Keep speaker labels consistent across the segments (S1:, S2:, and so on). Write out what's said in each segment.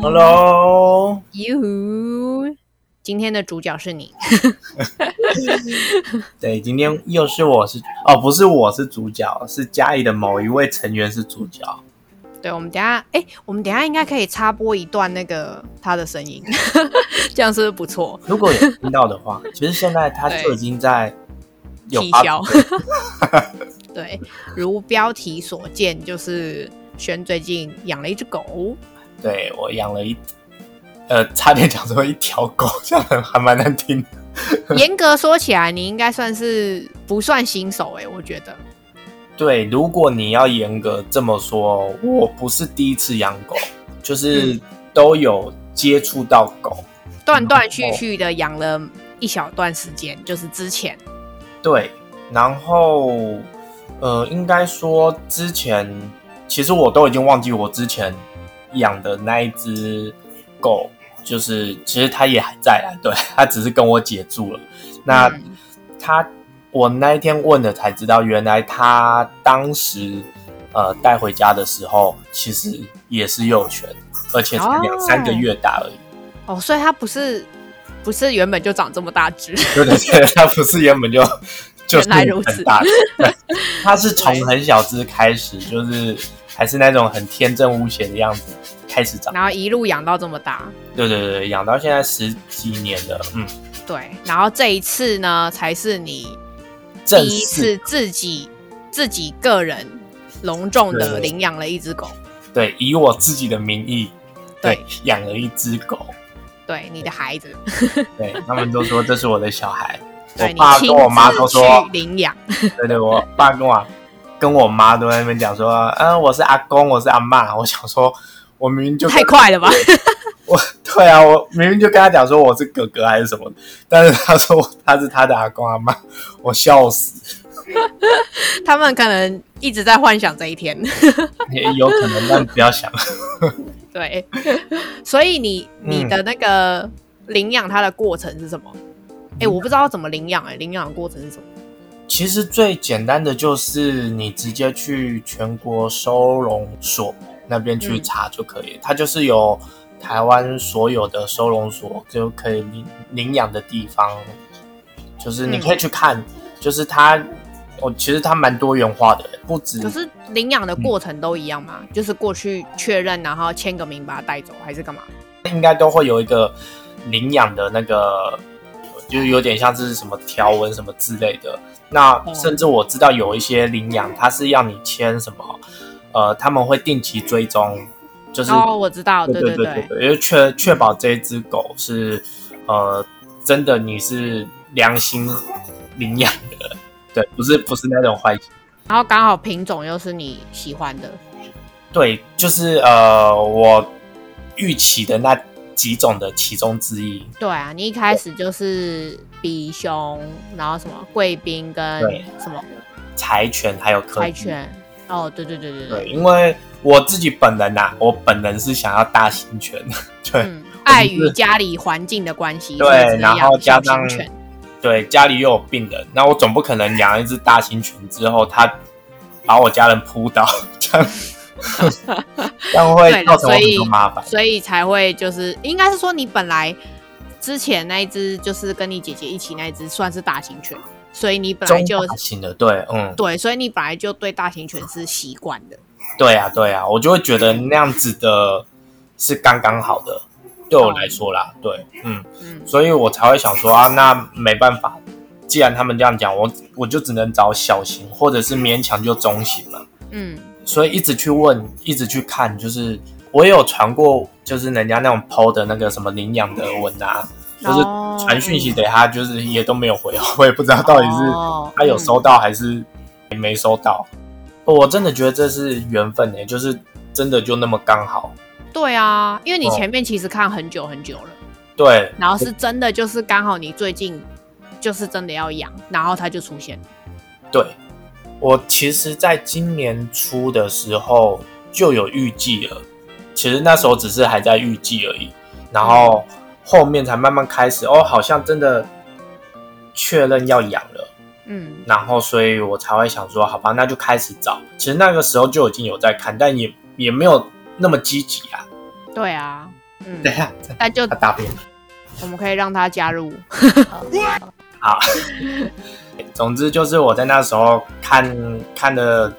S1: Hello，
S2: You，今天的主角是你。
S1: 对，今天又是我是哦，不是我是主角，是家里的某一位成员是主角。
S2: 对，我们等一下，哎、我们等一下应该可以插播一段那个他的声音， 这样是不是不错？
S1: 如果有听到的 话，其实现在他就已经在有
S2: 提
S1: 发
S2: 销。对，如标题所见，就是轩最近养了一只狗。
S1: 对我养了一呃，差点讲说一条狗，这样还蛮难听的。
S2: 严格说起来，你应该算是不算新手哎、我觉得。
S1: 对，如果你要严格这么说，我不是第一次养狗，
S2: 嗯
S1: 就是都有接触到狗。
S2: 断断续续的养了一小段时间，就是之前，
S1: 对，然后呃，应该说之前其实我都已经忘记我之前养的那一只狗，就是其实它也还在啊，对， 它只是跟我姐住了。那
S2: 嗯
S1: 它我那一天问了才知道，原来它当时呃带回家的时候，其实也是幼犬，而且才两三个
S2: 哦
S1: 月大而已。
S2: 哦，所以它不是不是原本就长这么大只，
S1: 对对对，它不是原 本就就
S2: 原
S1: 是
S2: 来如此
S1: 很大的，对它是从很小只开始，就是还是那种很天真无邪的样子开始长。
S2: 然后一路养到这么大，
S1: 对对对，养到现在十几年了，嗯，
S2: 对，然后这一次呢，才是你第
S1: 正
S2: 一
S1: 式
S2: 次自己自己个人隆重的
S1: 对
S2: 领养了一只狗，
S1: 对以我自己的名义，对
S2: 对
S1: 养了一只狗，
S2: 对，你的孩子，
S1: 对他们都说这是我的小孩，我
S2: 对你
S1: 爸
S2: 亲
S1: 跟我妈
S2: 自
S1: 都
S2: 去
S1: 说，
S2: 领养，
S1: 对对，我爸跟我跟我妈都在那边讲说，嗯，我是阿公，我是阿妈，我想说。我明明就跟
S2: 太快了吧？
S1: 我对啊，我明明就跟他讲说我是哥哥还是什么的，但是他说他是他的阿公阿妈， 我笑死，
S2: 他们可能一直在幻想这一天。
S1: 也有可能，但不要想。
S2: 对，所以你你
S1: 嗯
S2: 的那个领养它的过程是什么？哎、我不知道怎么领养哎、领养的过程是什么？
S1: 其实最简单的就是你直接去全国收容所那边去查就可以，它就是有台湾所有的收容所就可以领领养的地方，就是你可以去看，就是它，我、哦、其实它蛮多元化的，不止
S2: 可是领养
S1: 嗯
S2: 的过程都一样吗？就是过去确认，然后签个名把它带走，还是干嘛？
S1: 应该都会有一个领养的那个，就是有点像是什么条文什么之类的。那
S2: 嗯
S1: 甚至我知道有一些领养，他是要你签什么，呃，他们会定期追踪，就是、
S2: 哦，我知道，对
S1: 对
S2: 对，
S1: 对对，因为确确保这只狗是呃真的你是良心领养的， 对，不是不是那种坏心。
S2: 然后刚好品种又是你喜欢的，
S1: 对，就是呃我预期的那几种的其中之一，
S2: 对啊，你一开始就是比熊，然后什么贵宾跟
S1: 对
S2: 什么
S1: 柴犬还有柯
S2: 柴
S1: 基
S2: 犬，哦，对对对对
S1: 对，，因为我自己本人呐、啊我本人是想要大型犬， 对、
S2: 嗯，碍于家里环境的关系，
S1: 对
S2: 所以只能
S1: 然
S2: 养
S1: 后加
S2: 小型
S1: 上
S2: 犬
S1: 对，家里又有病人，那我总不可能养一只大型犬之后，它把我家人扑倒， 这样这
S2: 对
S1: 样会
S2: 了
S1: 造成我
S2: 所以
S1: 很多麻烦。
S2: 所以才会就是，应该是说你本来之前那一只就是跟你姐姐一起那一只算是大型犬，所以你本来
S1: 中
S2: 就
S1: 大型的，对，嗯，
S2: 对，所以你本来就对大型犬是习惯的。
S1: 对啊，对啊，我就会觉得那样子的是刚刚好的，对我来说啦，对，嗯。
S2: 嗯，
S1: 所以我才会想说啊，那没办法，既然他们这样讲，我我就只能找小型或者是勉强就中型了。
S2: 嗯，
S1: 所以一直去问，一直去看，就是我也有传过，就是人家那种 PO 的那个什么领养的文啊，就是
S2: 哦
S1: 传讯息给他，就是也都没有回， 我也不知道到底是
S2: 哦
S1: 他有收
S2: 嗯
S1: 到还是没收到。我真的觉得这是缘分诶、欸就是真的就那么刚好。
S2: 对啊，因为你
S1: 哦
S2: 前面其实看很久很久了，
S1: 对，
S2: 然后是真的就是刚好你最近就是真的要养，然后它就出现了。
S1: 对，我其实在今年初的时候就有预计了，其实那时候只是还在预计而已，然后后面才慢慢开始哦，好像真的确认要养了，
S2: 嗯，
S1: 然后所以我才会想说，好吧，那就开始找。其实那个时候就已经有在看，但也也没有那么积极啊。
S2: 对啊，嗯
S1: 等，一下，
S2: 那就
S1: 他大便。
S2: 我们可以让他加 入。
S1: 总之就是我在那时候看看的，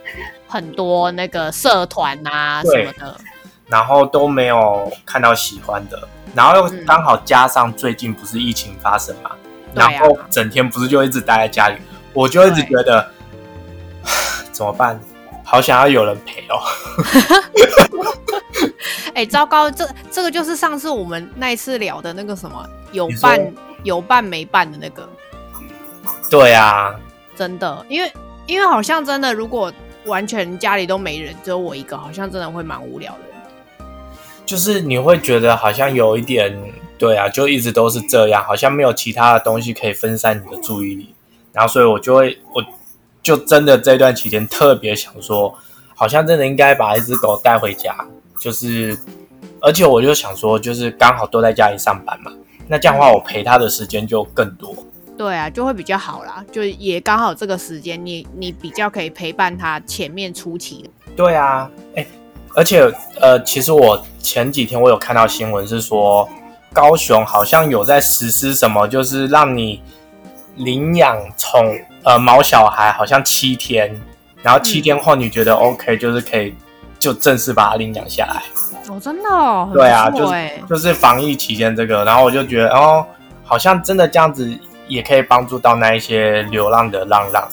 S2: 很多那个社团啊什
S1: 对
S2: 么的，
S1: 然后都没有看到喜欢的，然后又
S2: 嗯
S1: 刚好加上最近不是疫情发生嘛，
S2: 对啊
S1: 然后整天不是就一直待在家里，我就一直觉得 怎么办？好想要有人陪哦。
S2: 哎、糟糕，这这个就是上次我们那一次聊的那个什么有
S1: 你说
S2: 伴有伴没伴的那个，
S1: 对啊，
S2: 真的，因为因为好像真的，如果完全家里都没人，只有我一个，好像真的会蛮无聊的。
S1: 就是你会觉得好像有一点，对啊，就一直都是这样，好像没有其他的东西可以分散你的注意力。然后，所以我就会，我就真的这段期间特别想说，好像真的应该把一只狗带回家。就是，而且我就想说，就是刚好都在家里上班嘛，那这样的话，我陪它的时间就更多。
S2: 对啊，就会比较好啦，就也刚好这个时间，你你比较可以陪伴他前面初期的。
S1: 对啊，哎、而且呃，其实我前几天我有看到新闻是说，高雄好像有在实施什么，就是让你领养宠呃毛小孩，好像七天，然后
S2: 嗯
S1: 七天后你觉得 OK，、就是可以就正式把它领养下来。
S2: 哦，真的、哦，很
S1: 对啊，
S2: 不
S1: 就
S2: 错
S1: 是
S2: 哎
S1: 就是防疫期间这个，然后我就觉得哦，好像真的这样子也可以帮助到那一些流浪的浪浪。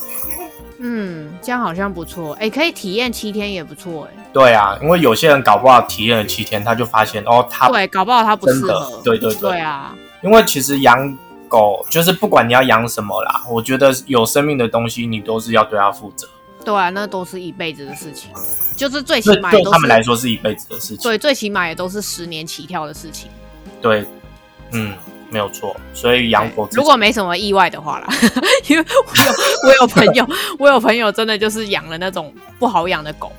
S2: 嗯，这样好像不错，哎、可以体验七天也不错哎、
S1: 对啊，因为有些人搞不好体验了七天，他就发现哦，他
S2: 对，搞不好他不适
S1: 真的
S2: 合。
S1: 对对对
S2: 对啊，
S1: 因为其实养狗就是不管你要养什么啦，我觉得有生命的东西你都是要对它负责，
S2: 对啊，那都是一辈子的事情，就是最起
S1: 这
S2: 码也
S1: 对
S2: 都
S1: 他们来
S2: 是
S1: 说是一辈子的事情。
S2: 对，最起码也都是十年起跳的事情。
S1: 对，嗯，没有错。所以养狗
S2: 对，如果没什么意外的话啦， 因为我有我有朋友，我有朋友真的就是养了那种不好养的狗，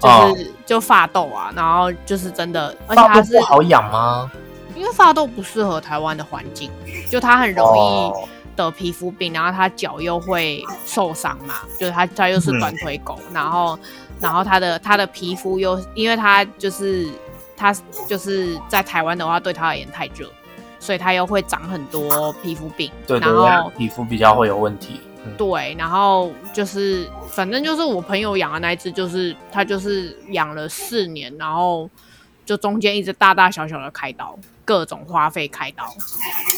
S2: 就是、
S1: 哦
S2: 就发豆啊，然后就是真的，而且
S1: 发
S2: 它
S1: 豆
S2: 是
S1: 不好养吗？
S2: 因为发豆不适合台湾的环境，就它很容易。
S1: 哦
S2: 的皮肤病，然后它脚又会受伤嘛，就是它它又是
S1: 嗯
S2: 短腿狗，然后然后它的它的皮肤又因为它就是它就是在台湾的话，对它而言太热，所以它又会长很多皮肤病，
S1: 对对
S2: 然后
S1: 对，皮肤比较会有问题。嗯
S2: 对，然后就是反正就是我朋友养的那一只，就是它就是养了四年，然后就中间一直大大小小的开刀，各种花费开刀，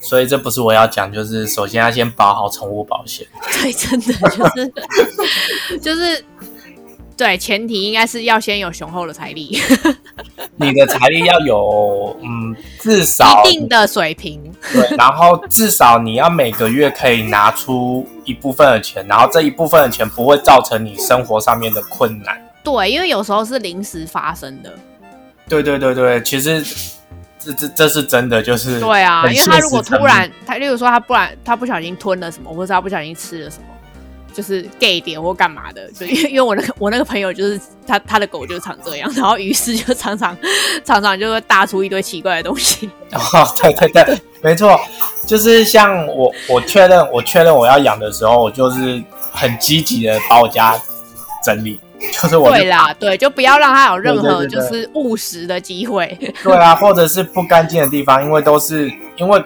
S1: 所以这不是我要讲，就是首先要先保好宠物保险。
S2: 对，真的就是就是， 对，前提应该是要先有雄厚的财力，一
S1: 你的财力要有，嗯，至少
S2: 定的水平。
S1: 对，然后至少你要每个月可以拿出一部分的钱，然后这一部分的钱不会造成你生活上面的困难。
S2: 对，因为有时候是临时发生的。
S1: 对对对对，其实这这这是真的，就是
S2: 对啊，
S1: 很
S2: 因为他
S1: 现
S2: 如果
S1: 实层
S2: 突
S1: 面
S2: 然，他例如说他不然他不小心吞了什么，或者他不小心吃了什么，就是 gay 点或干嘛的。就因为因为我那个我那个朋友就是他他的狗就常这样，然后于是就常常常常就会大出一堆奇怪的东 西。
S1: 哦，对对对，没错，就是像我我确认我确认我要养的时候，我就是很积极的把我家整理，就是我
S2: 对啦，对，就不要让他有任
S1: 对对
S2: 何
S1: 对
S2: 就
S1: 对
S2: 是务实的机会。
S1: 对 啊，或者是不干净的地方，因为都是因为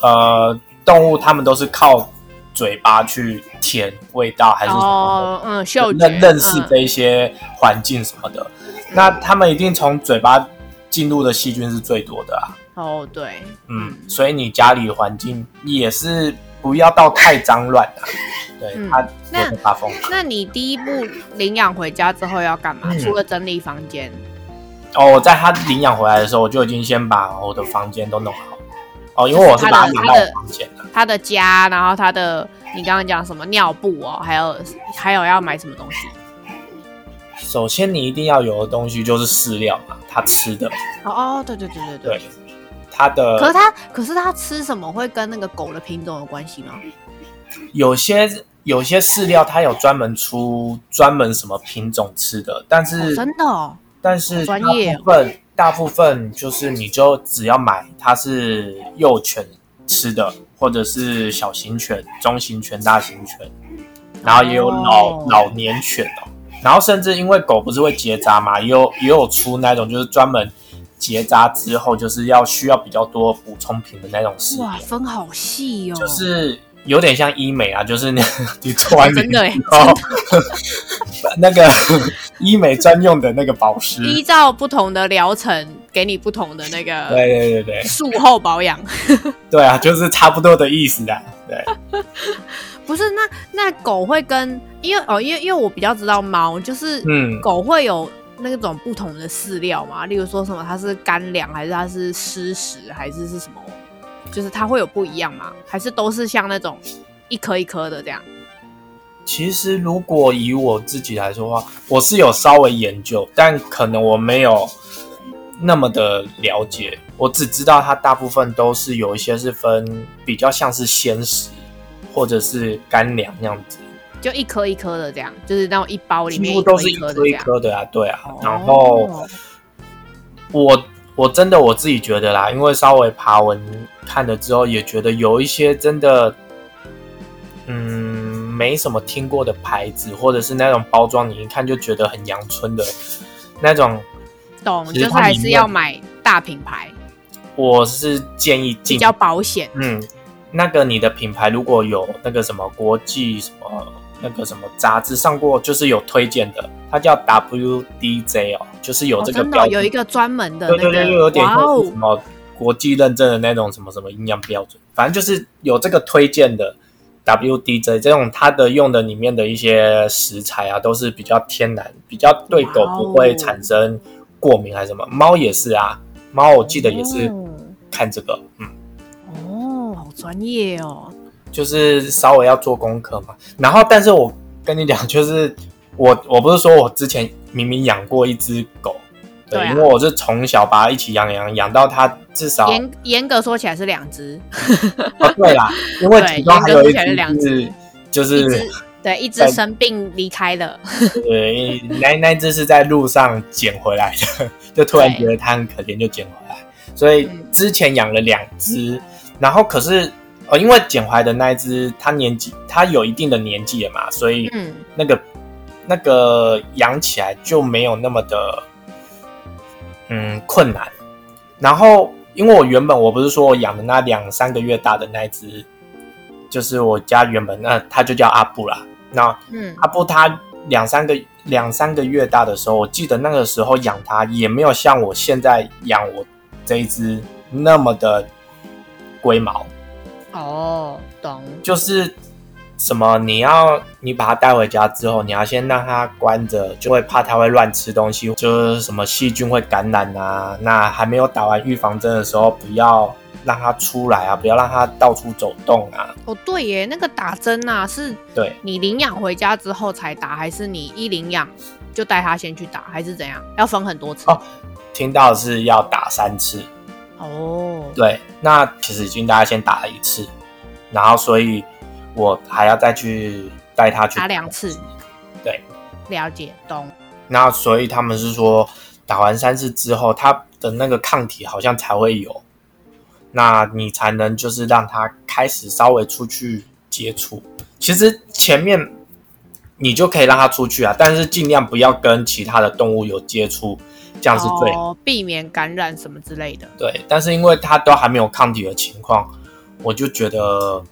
S1: 呃动物它们都是靠嘴巴去舔味道还是什么
S2: 哦，嗯，
S1: 的，
S2: 嗅觉
S1: 认认识
S2: 嗯
S1: 这一些环境什么的，那它们一定从嘴巴进入的细菌是最多的啊，
S2: 哦，对，
S1: 嗯
S2: 嗯，
S1: 所以你家里环境也是不要到太脏乱 啊，对、
S2: 嗯
S1: 它
S2: 那
S1: 会发疯。
S2: 那你第一步领养回家之后要干嘛？
S1: 嗯
S2: 除了整理房间，
S1: 哦，我在它领养回来的时候，我就已经先把我的房间都弄好。哦，因为我是把它领到我房间的。
S2: 他的家，然后他的你刚刚讲什么尿布哦，还有还有要买什么东西？
S1: 首先，你一定要有的东西就是饲料嘛，它吃的，
S2: 哦哦，对对对对
S1: 对，呃它
S2: 可是
S1: 的
S2: 他，可是他吃什么会跟那个狗的品种有关系吗？
S1: 有些有些饲料它有专门出专门什么品种吃的，但
S2: 哦
S1: 是、
S2: 真的哦，
S1: 但是大
S2: 专业哦
S1: 部分大部分就是你就只要买它是幼犬吃的，或者是小型犬、中型犬、大型犬，然后也有老、
S2: 哦
S1: 老年犬哦，然后甚至因为狗不是会结扎嘛，也有也有出那种就是专门结扎之后，就是要需要比较多补充品的那种食
S2: 哇，
S1: 品，
S2: 分好细哦，
S1: 就是有点像医美啊，就是 你你做完
S2: 啊哦真的耶
S1: 美之后， 那个医美专用的那个保湿，
S2: 依照不同的疗程给你不同的那个
S1: 对对对对
S2: 术后保养。
S1: 对啊，就是差不多的意思啊，对，
S2: 不是，那那狗会跟因为哦，因为因为我比较知道猫，就是
S1: 嗯
S2: 狗会有那种不同的饲料嘛，例如说什么它是干粮，还是它是湿食，还是是什么，就是它会有不一样吗？还是都是像那种一颗一颗的这样？
S1: 其实，如果以我自己来说的话，我是有稍微研究，但可能我没有那么的了解。我只知道它大部分都是有一些是分比较像是鲜食或者是干粮那样子，
S2: 就一颗一颗的这样，就是那种一包里
S1: 几
S2: 面
S1: 乎
S2: 一
S1: 都
S2: 颗
S1: 是
S2: 一
S1: 一
S2: 颗的
S1: 颗
S2: 这
S1: 一
S2: 样。
S1: 颗的啊，对啊。
S2: 哦
S1: 然后我我真的我自己觉得啦，因为稍微爬文看了之后，也觉得有一些真的，嗯，没什么听过的牌子，或者是那种包装，你一看就觉得很阳春的那种，
S2: 懂，
S1: 其
S2: 就
S1: 实
S2: 是
S1: 它
S2: 还
S1: 里
S2: 是
S1: 面
S2: 要买大品牌
S1: 我是建议
S2: 比
S1: 进
S2: 较保险。
S1: 嗯，那个你的品牌如果有那个什么国际什么那个什么杂志上过，就是有推荐的，它叫 WDJ 哦，就是有
S2: 哦，
S1: 这个
S2: 真
S1: 标
S2: 的
S1: 准、
S2: 有一个专门呃的那
S1: 对
S2: 个，
S1: 对对，就有点
S2: 哇
S1: 像
S2: 哦
S1: 是什，么国际认证的那种什么什么营养标准，反正就是有这个推荐的 WDJ 这种，它的用的里面的一些食材啊，都是比较天然，比较对狗
S2: 哇哦
S1: 不会产生过敏还是什么。猫也是啊，猫我记得也是
S2: 哦
S1: 看这个，嗯，
S2: 哦，好专业哦，
S1: 就是稍微要做功课嘛。然后，但是我跟你讲，就是我 我不是说我之前明明养过一只狗。对，
S2: 对啊
S1: 因为我是从小把它一起养养养到它至少
S2: 严严格说起来是两 只，
S1: 哦，对啦，因为
S2: 对
S1: 其中还有
S2: 严格说
S1: 一
S2: 起来是两
S1: 只
S2: 只
S1: 是，
S2: 一
S1: 就是
S2: 只对，一只
S1: 在
S2: 生病离开了，
S1: 对，那那一只是在路上捡回来的，就突然觉得它很可怜，就捡回来。所以
S2: 嗯
S1: 之前养了两只，然后可是呃，因为捡回来的那一只，它年纪它有一定的年纪了嘛，所以
S2: 嗯，
S1: 那个那个养起来就没有那么的嗯困难。然后，因为我原本我不是说我养的那两三个月大的那一只，就是我家原本那它就叫阿布啦。那
S2: 嗯，
S1: 阿布它两三个两三个月大的时候，我记得那个时候养它也没有像我现在养我这一只那么的龟毛，
S2: 哦，懂，
S1: 就是什么你要你把它带回家之后，你要先让它关着，就会怕它会乱吃东西，就是什么细菌会感染啊。那还没有打完预防针的时候，不要让它出来啊，不要让它到处走动啊。
S2: 哦，对耶，那个打针啊，是
S1: 对，
S2: 你领养回家之后才打，还是你一领养就带它先去打，还是怎样？要分很多次？
S1: 哦听到是要打三次，
S2: 哦，
S1: 对，那其实已经大家先打了一次，然后所以我还要再去带它去
S2: 打两次，
S1: 对，
S2: 了解，懂，
S1: 那所以他们是说，打完三次之后，它的那个抗体好像才会有，那你才能就是让它开始稍微出去接触。其实前面你就可以让它出去啊，但是尽量不要跟其他的动物有接触，这样是最好。
S2: 哦，避免感染什么之类 的。
S1: 对，但是因为它都还没有抗体的情况，我就觉得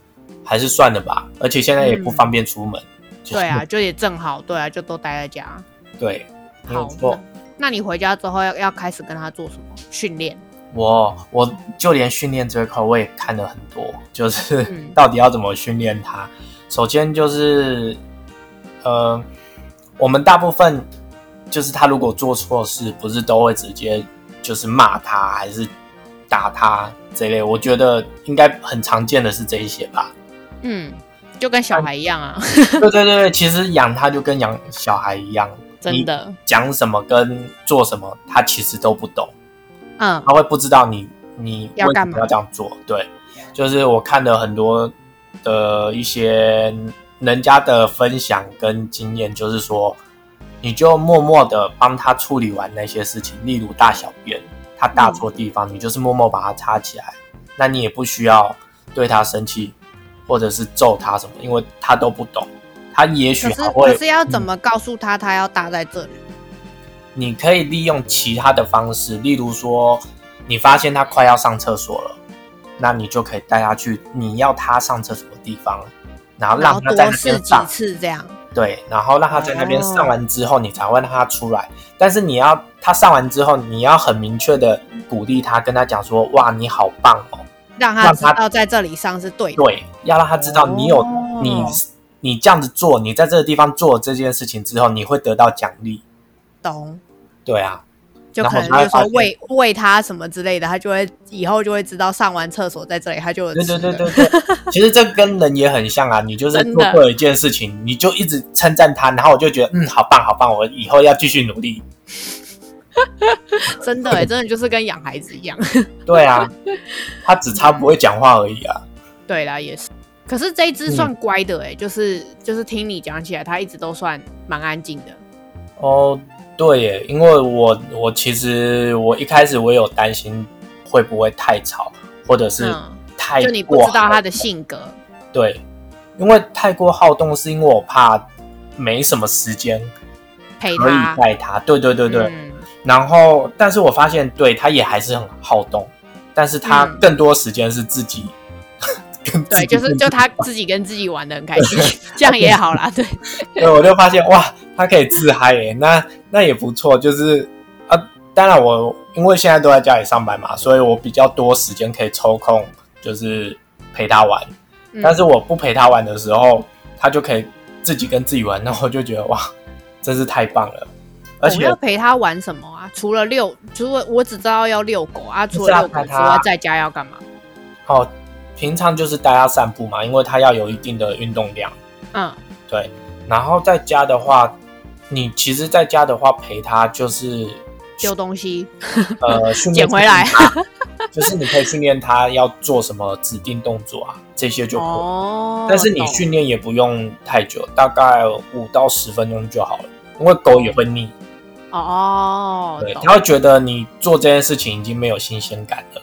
S1: 还是算了吧。而且现在也不
S2: 嗯
S1: 方便出门。就是
S2: 对，啊，就也正好，对啊，就都待在家。
S1: 对，没有
S2: 好，
S1: 错
S2: 那那你回家之后要要开始跟他做什么训练？
S1: 我我就连训练这一块我也看了很多，就是
S2: 嗯
S1: 到底要怎么训练它。首先就是，呃，我们大部分就是他如果做错事，不是都会直接就是骂他还是打他这一类。我觉得应该很常见的是这一些 吧。
S2: 嗯，就跟小孩一样 啊，
S1: 对对对对，其实养它就跟养小孩一样，
S2: 真的，
S1: 讲什么跟做什么，它其实都不懂。
S2: 嗯，
S1: 他会不知道你你
S2: 要
S1: 为什
S2: 干
S1: 么
S2: 嘛
S1: 要这样做。对，就是我看了很多的一些人家的分享跟经验，就是说，你就默默的帮他处理完那些事情，例如大小便，他大错地方，
S2: 嗯
S1: 你就是默默把它擦起来，那你也不需要对他生气或者是揍他什么，因为他都不懂，他也许
S2: 可是
S1: 还会
S2: 可是要怎
S1: 嗯
S2: 么告诉他他要搭在这里？
S1: 你可以利用其他的方式，例如说，你发现它快要上厕所了，那你就可以带它去你要它上厕所的地方，然后
S2: 然
S1: 让
S2: 后
S1: 它
S2: 多
S1: 在那
S2: 试
S1: 边
S2: 几
S1: 上，
S2: 次这样，
S1: 对，然后让它在那边
S2: 哦
S1: 上完之后，你才会让它出来。但是你要它上完之后，你要很明确的鼓励它，跟它讲说：“哇，你好棒哦！”
S2: 让他
S1: 让
S2: 知
S1: 他
S2: 道在这里上是对的。
S1: 对，要让他知道你有、
S2: 哦
S1: 你你这样子做，你在这个地方做这件事情之后，你会得到奖励。
S2: 懂，
S1: 对啊，
S2: 就
S1: 然
S2: 可
S1: 后
S2: 能
S1: 他会
S2: 就
S1: 发
S2: 说
S1: 现
S2: 喂喂他什么之类的，他就会以后就会知道上完厕所在这里，他就有
S1: 对对
S2: 吃的
S1: 对对对， 其实这跟人也很像啊，你就是
S2: 真
S1: 做
S2: 的
S1: 过一件事情，你就一直称赞他，然后我就觉得嗯，好棒好棒，我以后要继续努力。
S2: 真的哎、真的就是跟养孩子一样。
S1: 对啊，他只差不会讲话而已啊。
S2: 对啦，也是。可是这一只
S1: 嗯
S2: 算乖的哎、就是就是听你讲起来，它一直都算蛮安静的。
S1: 哦，对耶，因为我我其实我一开始我有担心会不会太吵，或者是
S2: 嗯
S1: 太
S2: 就你不
S1: 过
S2: 知道
S1: 好
S2: 它的性格，
S1: 对，因为太过好动，是因为我怕没什么时间
S2: 陪
S1: 可以
S2: 它。
S1: 带它。对对对对。
S2: 嗯
S1: 然后，但是我发现，对它也还是很好动，但是它
S2: 嗯
S1: 更多时间是自己。 跟自
S2: 对，
S1: 己
S2: 就是就他自己跟自己玩的很开心， 这样也好啦。对，
S1: 对，我就发现哇，它可以自嗨耶，那那也不错。就是啊，当然我因为现在都在家里上班嘛，所以我比较多时间可以抽空，就是陪它玩。
S2: 嗯
S1: 但是我不陪他玩的时候，他就可以自己跟自己玩，那我就觉得哇，真是太棒了！
S2: 我
S1: 而且
S2: 要陪他玩什么啊？除了遛，除了我只知道要遛狗啊，除
S1: 是
S2: 了
S1: 要
S2: 遛狗
S1: 带
S2: 之
S1: 它
S2: 外，在家要干嘛？
S1: 哦，平常就是带他散步嘛，因为他要有一定的运动量。
S2: 嗯，
S1: 对，然后在家的话，你其实在家的话陪他就是
S2: 丢东西。
S1: 呃训
S2: 嗯捡
S1: 练
S2: 回来
S1: 他， 就是你可以训练他要做什么指定动作啊，这些 就可以。
S2: 哦，
S1: 但是你
S2: 懂
S1: 训练也不用太久，大概五到十分钟就好了，因为狗也会腻。
S2: 哦，
S1: 对，
S2: 懂
S1: 他会觉得你做这件事情已经没有新鲜感了。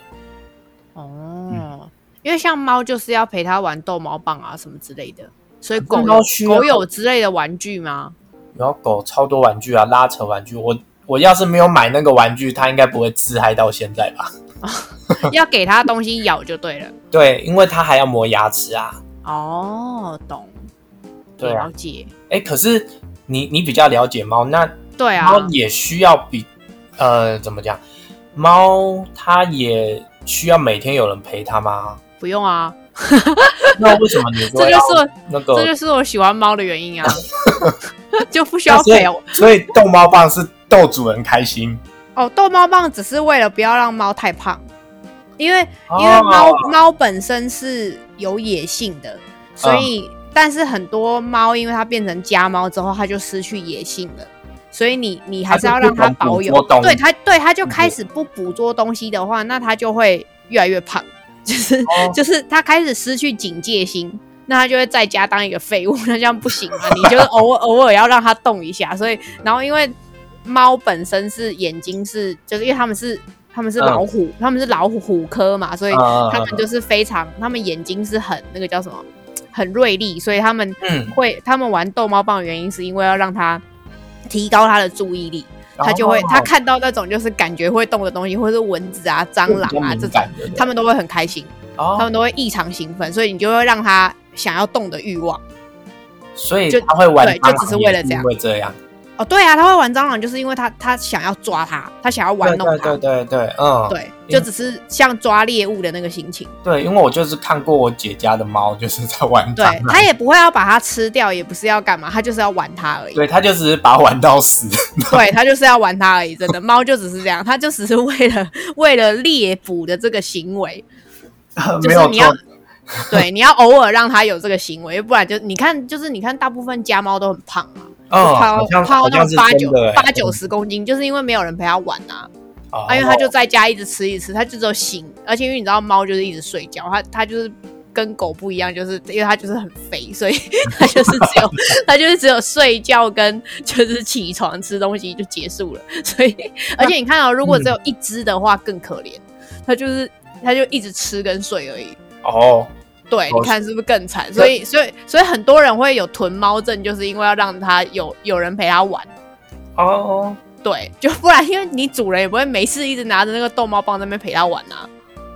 S1: 嗯
S2: 哦，因为像猫就是要陪它玩逗猫棒啊什么之类的，所以狗
S1: 猫
S2: 有
S1: 需要
S2: 狗有之类的玩具 吗？
S1: 然后狗超多玩具啊，拉扯玩具，我我要是没有买那个玩具，它应该不会自嗨到现在吧？
S2: 要给它东西咬就 对了。
S1: 对，因为它还要磨牙齿啊。
S2: 哦，懂，
S1: 对啊
S2: 了解，
S1: 哎，可是你你比较了解猫，那
S2: 对啊，
S1: 猫也需要比呃怎么讲？猫它也需要每天有人陪 它吗？
S2: 不用啊，
S1: 那为什么你
S2: 这
S1: 说
S2: 就
S1: 要
S2: 是
S1: 那
S2: 这
S1: 个？
S2: 就是我喜欢猫的原 因啊，就不需要哦
S1: 所以
S2: 陪我。
S1: 所以逗猫棒是逗主人开心，
S2: 哦，逗猫棒只是为了不要让猫太胖，因为
S1: 哦
S2: 因为猫、猫本身是有野性的，所以、
S1: 嗯
S2: 但是很多猫因为它变成家猫之后，它就失去野性了。所以你你还是要让它
S1: 它就
S2: 保
S1: 不懂
S2: 有
S1: 捕捉，动物
S2: 对它对它就开始不捕捉东西的话，那它就会越来越胖，就是、
S1: 哦
S2: 就是它开始失去警戒心，那它就会在家当一个废物，那这样不行啊！你就是偶尔偶尔要让它动一下，所以然后因为猫本身是眼睛是，就是因为它们是它们是
S1: 嗯
S2: 老虎，它们是老虎虎科嘛，所以
S1: 嗯嗯
S2: 它
S1: 嗯
S2: 们就是非常，它们眼睛是很那个叫什么，很锐利，所以它们
S1: 嗯
S2: 会它们玩逗猫棒的原因是因为要让它提高它的注意力。它就会，
S1: 哦
S2: 它看到那种就是感觉会动的东西，或者是蚊子啊、蟑螂
S1: 比较
S2: 啊
S1: 敏
S2: 这种
S1: 感，对不对
S2: 它们都会很开心，
S1: 哦
S2: 它们都会异常兴奋，所以你就会让它想要动的欲望。
S1: 所以
S2: 就
S1: 他会玩
S2: 对
S1: 蟑螂，
S2: 就只是为了这样
S1: 因为这样，
S2: 哦，对啊，它会玩蟑螂，就是因为它它想要抓它，它想要玩弄
S1: 对
S2: 它，
S1: 对对对对，嗯，
S2: 对，就只是像抓猎物的那个心情。
S1: 对，因为我就是看过我姐家的猫，就是在玩
S2: 对
S1: 蟑螂，
S2: 他也不会要把它吃掉，也不是要干嘛，他就是要玩它而已。
S1: 对，它就只是把它玩到死，
S2: 对，他就是要玩它而已。真的， 猫就只是这样，它就只是为了 为了猎捕的这个行为， 就
S1: 没
S2: 是
S1: 有
S2: 你要
S1: 错，
S2: 对你要偶尔让它有这个行为，不然就你看，就是你看，大部分家猫都很胖嘛，
S1: 嗯，
S2: 胖
S1: 好像
S2: 胖
S1: 好
S2: 到那种
S1: 像是
S2: 八
S1: 真
S2: 九
S1: 的欸，
S2: 八九十公斤，就是因为没有人陪它玩啊。
S1: 哦，
S2: 啊，因为它就在家一直吃一直吃，它就只有醒，而且因为你知道猫就是一直睡觉，它它就是跟狗不一样，就是因为它就是很肥，所以它就是只有它就是只有睡觉跟就是起床吃东西就结束了，所以而且你看到、哦如果只有一只的话更可怜，它就是它就一直吃跟睡而已。
S1: 哦，
S2: 对，
S1: 哦
S2: 你看是不是更惨？所以，所以，所以很多人会有囤猫症，就是因为要让它有有人陪它玩。
S1: 哦，
S2: 对，就不然因为你主人也不会没事一直拿着那个逗猫棒在那边陪它玩啊。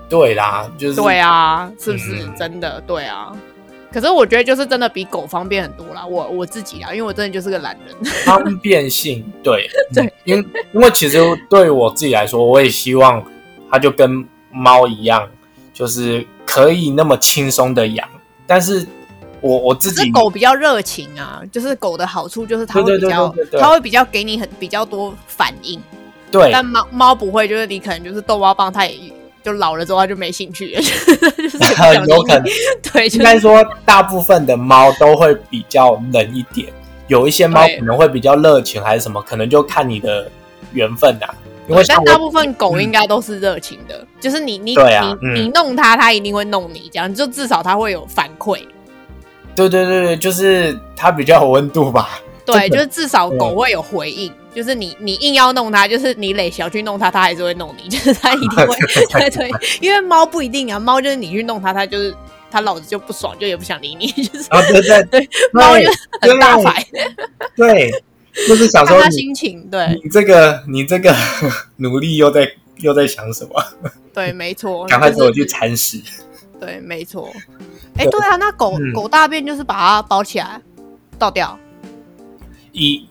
S1: 对啦，就是
S2: 对啊，是不是、
S1: 嗯
S2: 真的？对啊。可是我觉得就是真的比狗方便很多啦，我我自己啦，因为我真的就是个懒人。
S1: 方便性， 对嗯
S2: 对，
S1: 因为因为其实对我自己来说，我也希望它就跟猫一样，就是可以那么轻松的养。但是我我自
S2: 可
S1: 己
S2: 是狗比较热情啊，就是狗的好处就是它
S1: 对
S2: 会
S1: 对
S2: 比较
S1: 对对对，对
S2: 它会比较给你很比较多反应，
S1: 对
S2: 但猫猫不会，就是你可能就是逗猫棒，它也就老了之后它就没兴趣 了，就是也不想理
S1: 有可能
S2: 你。对，就
S1: 应该
S2: 是
S1: 说大部分的猫都会比较冷一点，有一些猫
S2: 对
S1: 可能会比较热情还是什么，可能就看你的缘分呐、因为
S2: 对
S1: 像
S2: 但大
S1: 我
S2: 部分狗应该都是热情的，就是你你
S1: 对啊
S2: 你
S1: 嗯
S2: 你弄它，它一定会弄你，这样就至少它会有反馈。
S1: 对对对对，就是它比较有温度吧。
S2: 对，
S1: 这个
S2: 就是至少狗
S1: 嗯
S2: 会有回应，就是你你硬要弄它，就是你垒小去弄它，它还是会弄你， 就是它一定会对对，因为猫不一定啊，猫就是你去弄它，它就是它老子就不爽，就也不想理你， 就是
S1: 然后对对
S2: 对，猫就很大
S1: 对
S2: 牌，
S1: 对，就是想
S2: 看
S1: 说
S2: 它
S1: 你
S2: 心情，对
S1: 你这个你这个努力又在又在想什么？
S2: 对，没错，
S1: 赶快
S2: 就
S1: 给我
S2: 是
S1: 去铲屎。
S2: 对，没错，哎，对啊，那狗
S1: 嗯
S2: 狗大便就是把它包起来倒掉，
S1: 以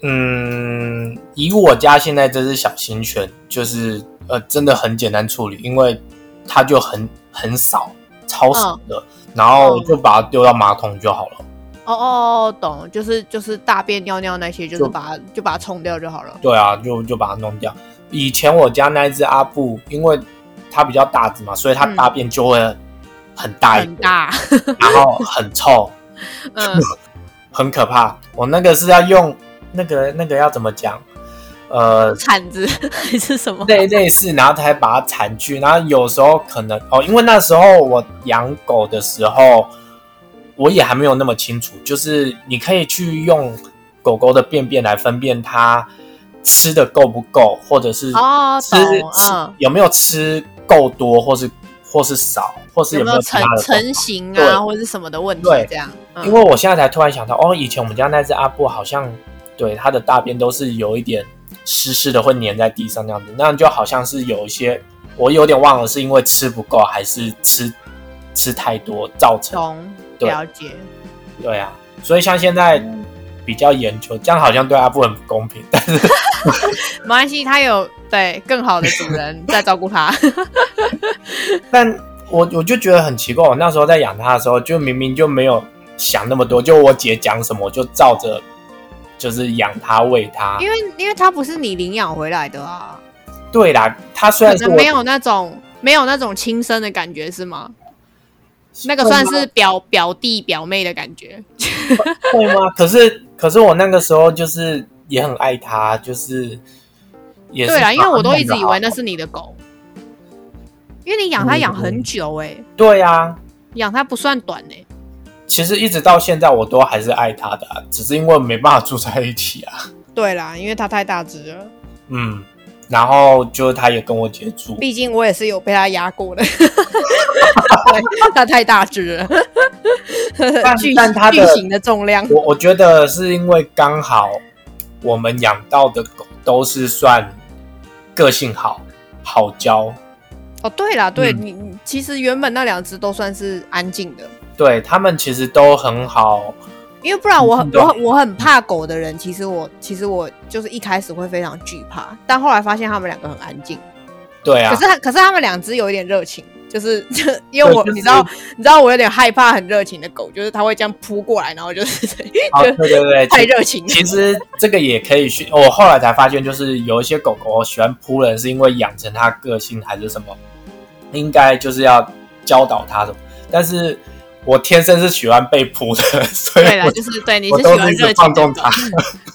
S1: 嗯，以我家现在这只小型犬，就是呃，真的很简单处理，因为它就很很少，超少
S2: 嗯
S1: 的，然后就把它丢到马桶就好了。
S2: 哦哦哦，懂，就是就是大便尿尿那些，就是
S1: 就
S2: 把它就把它冲掉就好了，
S1: 对啊，就就把它弄掉。以前我家那一只阿布，因为它比较大只嘛，所以它
S2: 嗯
S1: 大便就会很大一
S2: 很
S1: 个，
S2: 大，
S1: 然后很臭，
S2: 嗯，
S1: 很可怕。我那个是要用那个那个要怎么讲？呃，
S2: 铲子 还是什么？
S1: 类类似，然后才把它铲去。然后有时候可能哦，因为那时候我养狗的时候，我也还没有那么清楚，就是你可以去用狗狗的便便来分辨它吃的够不够，或者是
S2: 哦
S1: 吃、
S2: 懂
S1: 吃
S2: 嗯
S1: 有没有吃够多，或是或是少，或是
S2: 有
S1: 没
S2: 没有
S1: 有其
S2: 成
S1: 他的动作
S2: 成型
S1: 对
S2: 啊，或者是什么的问题？
S1: 对
S2: 这样，嗯
S1: 因为我现在才突然想到，哦，以前我们家那只阿布好像对它的大便都是有一点湿湿的，会粘在地上那样子，那就好像是有一些，我有点忘了是因为吃不够还是吃吃太多造成。
S2: 嗯懂
S1: 对
S2: 了解，
S1: 对啊，所以像现在比较研究，这样好像对阿布很不公平， 但是
S2: 没关系，它有对更好的主 人在照顾它。
S1: 但我我就觉得很奇怪，我那时候在养它的时候，就明明就没有想那么多，就我姐讲什么我就照着。就是养它喂它，
S2: 因为因为它不是你领养回来的啊，
S1: 对啦，它虽
S2: 可
S1: 然是
S2: 能
S1: 我
S2: 没有那种没有那种亲生的感觉是吗？那个
S1: 会
S2: 算
S1: 吗
S2: 是表表弟表妹的感觉，
S1: 会吗？ 可是可是我那个时候就是也很爱他，就是也是
S2: 对啊啦，因为我都一直以为
S1: 把它弄得
S2: 那
S1: 好
S2: 是你的狗，因为你养它养很
S1: 嗯
S2: 久哎，
S1: 对啊。
S2: 养它不算短哎，
S1: 其实一直到现在我都还是爱他的啊、只是因为没办法住在一起啊。
S2: 对啦，因为它太大只了。
S1: 嗯，然后就他也跟我姐住，
S2: 毕竟我也是有被它压过 的，对它太大只了，
S1: 但
S2: 巨
S1: 但它
S2: 巨
S1: 的
S2: 型的重量，
S1: 我我觉得是因为刚好我们养到的狗都是算个性好、好教，
S2: 哦，对啦，对、
S1: 嗯
S2: 你你其实原本那两只都算是安静的，
S1: 对他们其实都很好。
S2: 因为不然我很
S1: 嗯对
S2: 我很我很怕狗的人，其实我其实我就是一开始会非常惧怕，但后来发现它们两个很安静，
S1: 对啊
S2: 可，是可是它们两只有一点热情。就是 因为我、
S1: 对就是
S2: 你知道你知道我有点害怕很热情的狗，就是它会这样扑过来，然后就是
S1: 好，哦 对
S2: 就
S1: 对对，
S2: 太热情了。
S1: 其实这个也可以训，我后来才发现，就是有一些狗狗喜欢扑人，是因为养成它个性还是什么，应该就是要教导它什么。但是我天生是喜欢被扑的， 所 以
S2: 对啦，啊
S1: 我
S2: 就是对，你
S1: 我
S2: 是喜
S1: 都
S2: 欢
S1: 是一
S2: 热
S1: 直
S2: 情
S1: 放
S2: 的
S1: 纵
S2: 狗。
S1: 它。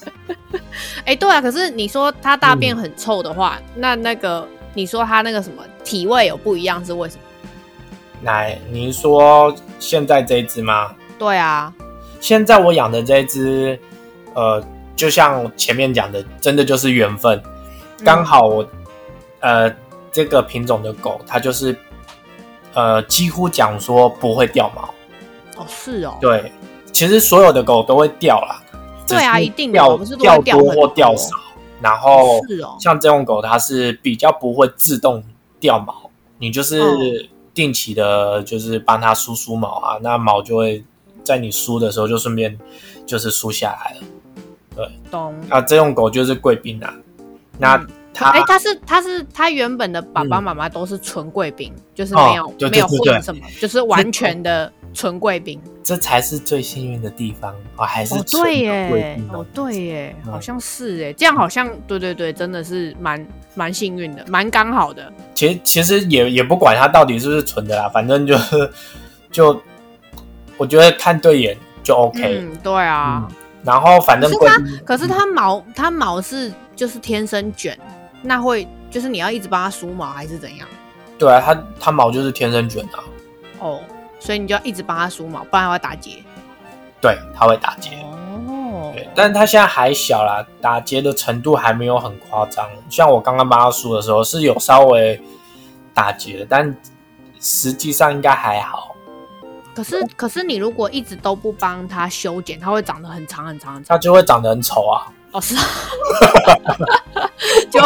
S2: 哎、对啊，可是你说它大便
S1: 嗯
S2: 很臭的话，那那个你说它那个什么体味有不一样是为什么？
S1: 来，您说现在这一只吗？
S2: 对啊，
S1: 现在我养的这一只，呃，就像前面讲的，真的就是缘分，
S2: 嗯
S1: 刚好我，呃，这个品种的狗，它就是，呃，几乎讲说不会掉毛。
S2: 哦是哦，
S1: 对，其实所有的狗都会掉啦。
S2: 对啊
S1: 只是
S2: 一定的
S1: 掉
S2: 不是都会
S1: 掉
S2: 掉
S1: 多
S2: 很
S1: 或
S2: 多
S1: 掉少。然后
S2: 是哦
S1: 像这种狗它是比较不会自动掉毛，你就是
S2: 嗯
S1: 定期的，就是帮它梳梳毛啊，那毛就会在你梳的时候就顺便就是梳下来了。
S2: 懂。
S1: 啊，这种狗就是贵宾啊，那
S2: 嗯
S1: 它、
S2: 哎、它是它是它原本的爸爸
S1: 嗯
S2: 妈妈都是纯贵宾，就是
S1: 哦
S2: 没有、
S1: 对对
S2: 没有
S1: 对对
S2: 混什么，就是完全的纯贵宾。
S1: 这才是最幸运的地方哦，还是
S2: 哦，
S1: 纯
S2: 对
S1: 的贵
S2: 耶
S1: 宾，
S2: 哦，对耶，
S1: 嗯
S2: 好像是哎，这样好像对对对，真的是蛮蛮幸运的，蛮刚好的。
S1: 其实其实也也不管它到底是不是纯的啦，反正就是就我觉得看对眼就 OK、
S2: 嗯，对啊。
S1: 然后反正
S2: 可是
S1: 贵
S2: 它
S1: 宾
S2: 可是它毛它毛是就是天生卷，那会就是你要一直帮它梳毛还是怎样？
S1: 对啊，它它毛就是天生卷啊，
S2: 哦，所以你就要一直帮它梳毛，不然它会打结。
S1: 对，它会打结。
S2: 哦
S1: 对，但它现在还小啦，打结的程度还没有很夸张。像我刚刚帮它梳的时候是有稍微打结的，但实际上应该还好。
S2: 可是可是你如果一直都不帮它修剪，它会长得很长很长很长。
S1: 它就会长得很丑啊。
S2: 哦，是啊， 就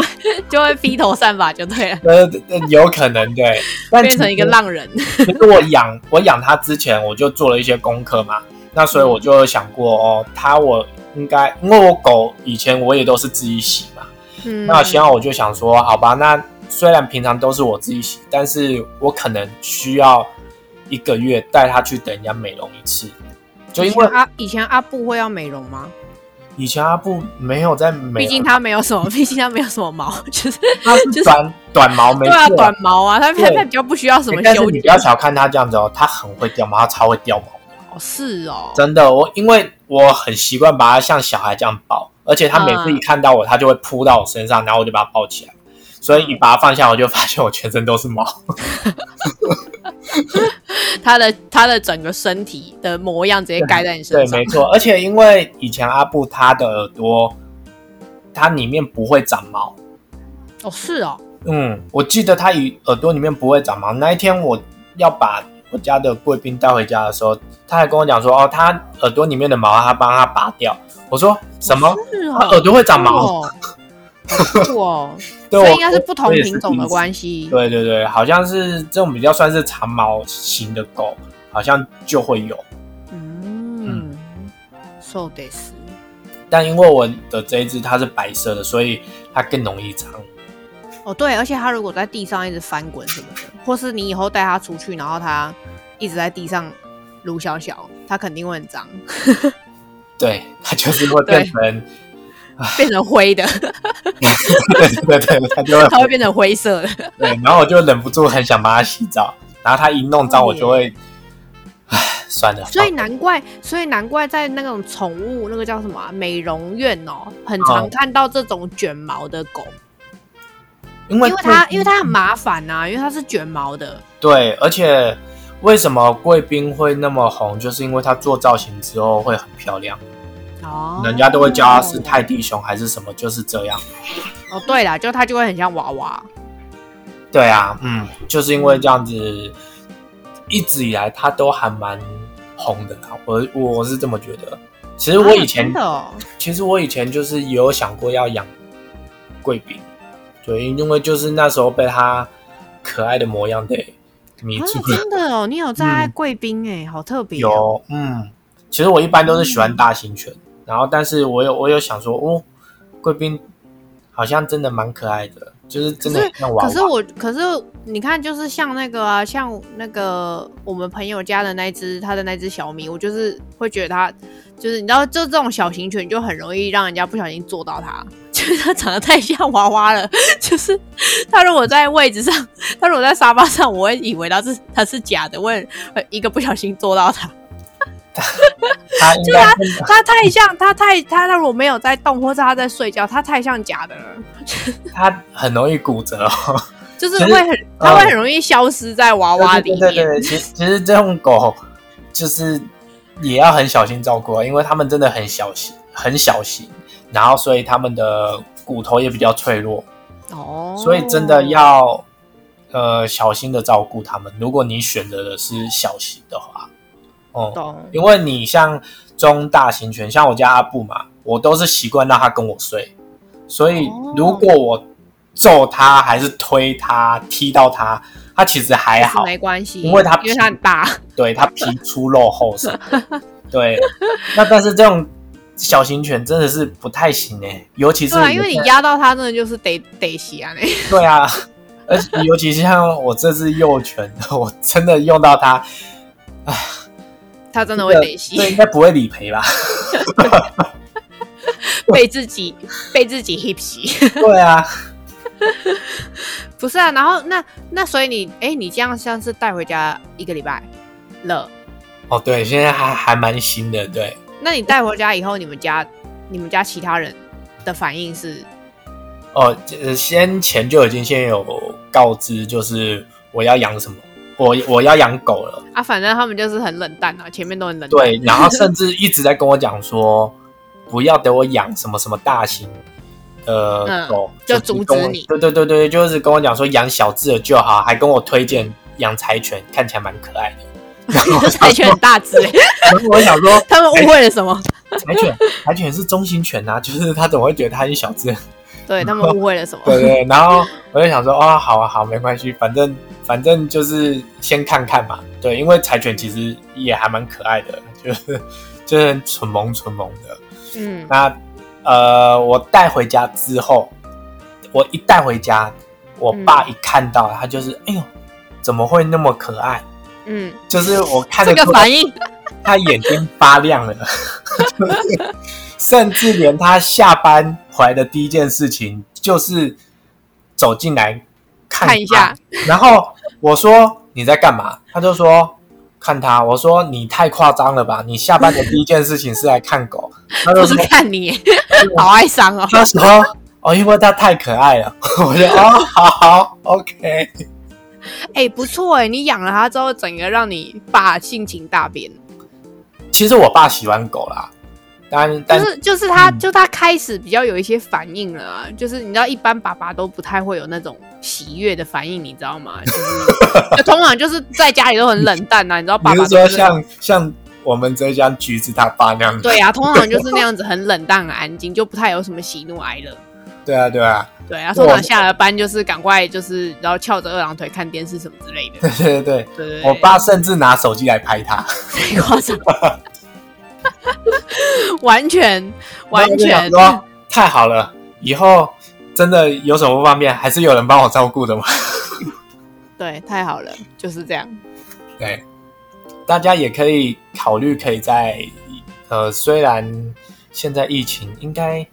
S2: 就会披头散发就对了，
S1: 呃，呃有可能对，但
S2: 变成一个浪人。
S1: 其实我养我养它之前，我就做了一些功课嘛，那所以我就有想过哦，它我应该因为我狗以前我也都是自己洗嘛，
S2: 嗯，
S1: 那啊现在我就想说，好吧，那虽然平常都是我自己洗，但是我可能需要一个月带它去给人家美容一次，就因为
S2: 以前阿以前阿布会要美容吗？
S1: 以前阿布没有在美
S2: 毕竟
S1: 容，
S2: 他没有啊什么，毕竟他没有什么毛，就是
S1: 它是
S2: 就是
S1: 短、短毛没
S2: 对
S1: 错
S2: 啊，短毛啊，他他
S1: 对哎
S2: 他比较不需要什么
S1: 但是
S2: 修
S1: 你
S2: 剪
S1: 不。要小看它这样子哦，它很会掉毛，它超会掉毛。
S2: 哦，是哦，
S1: 真的，我因为我很习惯把它像小孩这样抱，而且它每次一看到我，它就会扑到我身上，然后我就把它抱起来。所以一把它放下，我就发现我全身都是毛。
S2: 他的他的整个身体的模样直接盖在你
S1: 对
S2: 身，上
S1: 没。错。而且因为以前阿布它的耳朵，它里面不会长毛。
S2: 哦，是哦，
S1: 嗯，我记得它耳耳朵里面不会长毛。那一天我要把我家的贵宾带回家的时候，他还跟我讲说，哦，它耳朵里面的毛，他帮它拔掉。我说什么？
S2: 是哦
S1: 它，耳朵会长毛？
S2: 哦。好酷 哦，
S1: 对，
S2: 所以
S1: 我
S2: 应该是不同
S1: 我也是
S2: 品种
S1: 第
S2: 的
S1: 一次
S2: 关系。
S1: 对对对，好像是这种比较算是长毛型的狗，好像就会有。
S2: 嗯，so this，
S1: 但因为我的这一只它是白色的，所以它更容易脏。
S2: 哦对，而且它如果在地上一直翻滚什么的，或是你以后带它出去，然后它一直在地上撸小小，它肯定会很 脏，
S1: 对，它就是会变成，
S2: 变成灰的，
S1: 对对对，它就会
S2: 它会变成灰色的。
S1: 对。然后我就忍不住很想帮它洗澡，然后它一弄脏，我就会，唉，算了。
S2: 嗯所以难怪，所以难怪在那种宠物那个叫什么啊、美容院哦，很常
S1: 哦
S2: 看到这种卷毛的狗，
S1: 因为
S2: 因为它因为它很麻烦呐、因为它是卷毛的。
S1: 对，而且为什么贵宾会那么红，就是因为它做造型之后会很漂亮，
S2: 哦，
S1: 人家都会叫它是泰迪熊还是什么，就是这样。
S2: 哦，对啦，就它就会很像娃娃，
S1: 对啊，嗯，就是因为这样子，一直以来他都还蛮红的啦，我我是这么觉得。其实我以前，
S2: 真的、哦，
S1: 其实我以前就是也有想过要养贵宾，对，因为就是那时候被他可爱的模样给迷
S2: 啊
S1: 住了。
S2: 真的哦，你有在爱
S1: 嗯
S2: 贵宾哎，好特别、哦，
S1: 有，嗯，其实我一般都是喜欢大型犬，
S2: 嗯
S1: 然后但是我有我有想说，哦，贵宾好像真的蛮可爱的，就是真的
S2: 可是
S1: 很像娃
S2: 可是
S1: 娃。
S2: 我，可是你看，就是像那个啊，像那个我们朋友家的那只，他的那只小米，我就是会觉得它，就是你知道，就这种小型犬就很容易让人家不小心坐到它， 就是它长得太像娃娃了。就是它如果在位置上， 它如果在沙发上，我会以为它是它是假的，我会会一个不小心坐到它。
S1: 它应该是
S2: 它太像，它太它它如果没有在动，或是它在睡觉，它太像假的了。
S1: 它很容易骨折、 哦。
S2: 就是
S1: 其实
S2: 会很，它会很容易消失在娃娃里面。
S1: 嗯对对对对，其实其实这种狗就是也要很小心照顾啊，因为它们真的很小型，很小型，然后所以它们的骨头也比较脆弱，
S2: 哦，
S1: 所以真的要呃小心的照顾它们。如果你选择的是小型的话，哦、
S2: 懂
S1: 因为你像中大型犬，像我家阿布嘛，我都是习惯让它跟我睡，所以
S2: 哦
S1: 如果我揍他，还是推他、踢到他，他其实还
S2: 是
S1: 好，
S2: 没关系，
S1: 因为它
S2: 因为它很大，
S1: 对他皮粗肉厚什么的对， 那但是这种小型犬真的是不太行哎、尤其是
S2: 对啊，因为你
S1: 我在
S2: 压到它，真的就是得得洗啊， 那
S1: 对啊，而且尤其像我这只幼犬， 我真的用到它，
S2: 它真的会
S1: 这
S2: 得洗，
S1: 这应该不会理赔吧？
S2: 被自己被自己 hip 洗，
S1: 对啊，
S2: 不是啊？然后那那所以你哎、你这样像是带回家一个礼拜了，
S1: 哦对，现在还还蛮新的，对，
S2: 那你带回家以后，你们家你们家其他人的反应是
S1: 哦，呃先前就已经先有告知，就是我要养什么，我我要养狗了，
S2: 啊，反正他们就是很冷淡啊，前面都很冷淡，
S1: 对，然后甚至一直在跟我讲说，不要等我养什么什么大型的
S2: 嗯
S1: 狗，
S2: 就
S1: 只
S2: 阻
S1: 跟
S2: 止
S1: 我
S2: 你
S1: 对对对对，就是跟我讲说养小只的就好，还跟我推荐养柴犬，看起来蛮可爱的。 然后我想
S2: 柴犬
S1: 说
S2: 很，大只、欸，
S1: 然后我想说，
S2: 他们误会了什么？
S1: 柴犬，柴犬是中型犬啊，就是它怎么会觉得它是小只？
S2: 对他们误会了什么？
S1: 对对，然后我就想说，哦，好啊，好，没关系，反正反正就是先看看嘛。对，因为柴犬其实也还蛮可爱的，就是 就是很蠢萌蠢萌的。
S2: 嗯，
S1: 那呃，我带回家之后，我一带回家，我
S2: 嗯
S1: 爸一看到，他就是，哎呦，怎么会那么可爱？
S2: 嗯，
S1: 就是我看
S2: 这
S1: 得
S2: 个
S1: 出来
S2: 反应，
S1: 他眼睛发亮了， 就是甚至连他下班回来的第一件事情就是走进来看
S2: 看一下
S1: 他，然后我说你在干嘛？他就说看他。我说你太夸张了吧？你下班的第一件事情是来看狗？他就
S2: 不是
S1: 说
S2: 看你欸，
S1: 嗯
S2: 好哀伤哦。
S1: 他说哦，因为他太可爱了。 我就哦，好好，OK。
S2: 哎、不错哎、你养了它之后，整个让你爸性情大变，
S1: 其实我爸喜欢狗啦，但
S2: 就
S1: 但
S2: 是就是他、
S1: 嗯
S2: 就他开始比较有一些反应了啊，就是你知道一般爸爸都不太会有那种喜悦的反应，你知道吗？就是 就通常就是在家里都很冷淡呐、啊你知道爸
S1: 你
S2: 爸
S1: 是说
S2: 都是
S1: 像像我们浙江橘子他爸那样子？
S2: 对啊，通常就是那样子很冷淡、很安静，就不太有什么喜怒哀乐。
S1: 对啊，对啊，
S2: 对啊，通常下了班就是赶快就是然后翘着二郎腿看电视什么之类的。
S1: 对对对，
S2: 对对对，
S1: 我爸甚至拿手机来拍他，
S2: 太夸张了，完全 完
S1: 然后我就想
S2: 全
S1: 说太好了，以后真的有什么不方便，还是有人帮我照顾的嘛。
S2: 对，太好了，就是这样。
S1: 对，大家也可以考虑，可以在呃，虽然现在疫情应该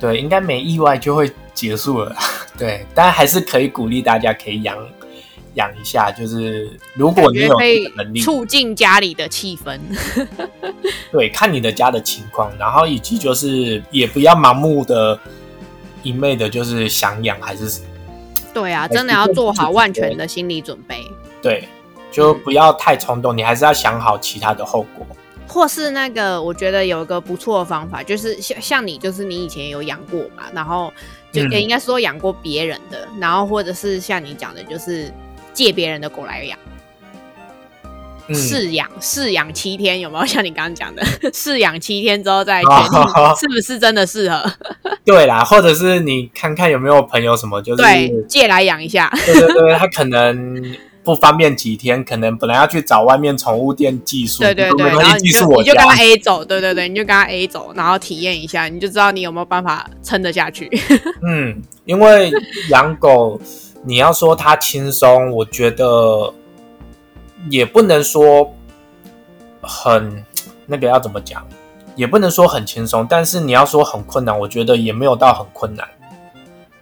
S1: 对应该没意外就会结束了啦， 对，但还是可以鼓励大家可以养养一下，就是如果你
S2: 觉
S1: 有
S2: 可
S1: 这
S2: 以
S1: 个能力，
S2: 促进家里的气氛。
S1: 对，看你的家的情况，然后以及就是也不要盲目的一昧的，就是想养还是
S2: 对啊，真的要做好万全的心理准备，
S1: 对，就
S2: 嗯
S1: 不要太冲动，你还是要想好其他的后果。
S2: 或是那个我觉得有一个不错的方法，就是像像你，就是你以前有养过嘛，然后就
S1: 嗯
S2: 也应该说养过别人的，然后或者是像你讲的，就是借别人的狗来养。
S1: 嗯，
S2: 试养试养七天有没有？像你刚刚讲的， 试养七天之后再决
S1: 哦
S2: 定是不是真的适合。
S1: 对啦，或者是你看看有没有朋友什么，就是嗯
S2: 对，借来养一下。
S1: 对对对，他可能不方便几天，可能本来要去找外面宠物店寄宿，
S2: 对对
S1: 就说
S2: 对，
S1: 没
S2: 然
S1: 关
S2: 后
S1: 系，
S2: 你
S1: 寄
S2: 就
S1: 宿我
S2: 你就跟
S1: 家。
S2: 他 A 走，对对对，你就跟他 A 走，然后体验一下，你就知道你有没有办法撑得下去。
S1: 嗯，因为养狗，你要说它轻松，我觉得也不能说很那个要怎么讲，也不能说很轻松，但是你要说很困难，我觉得也没有到很困难，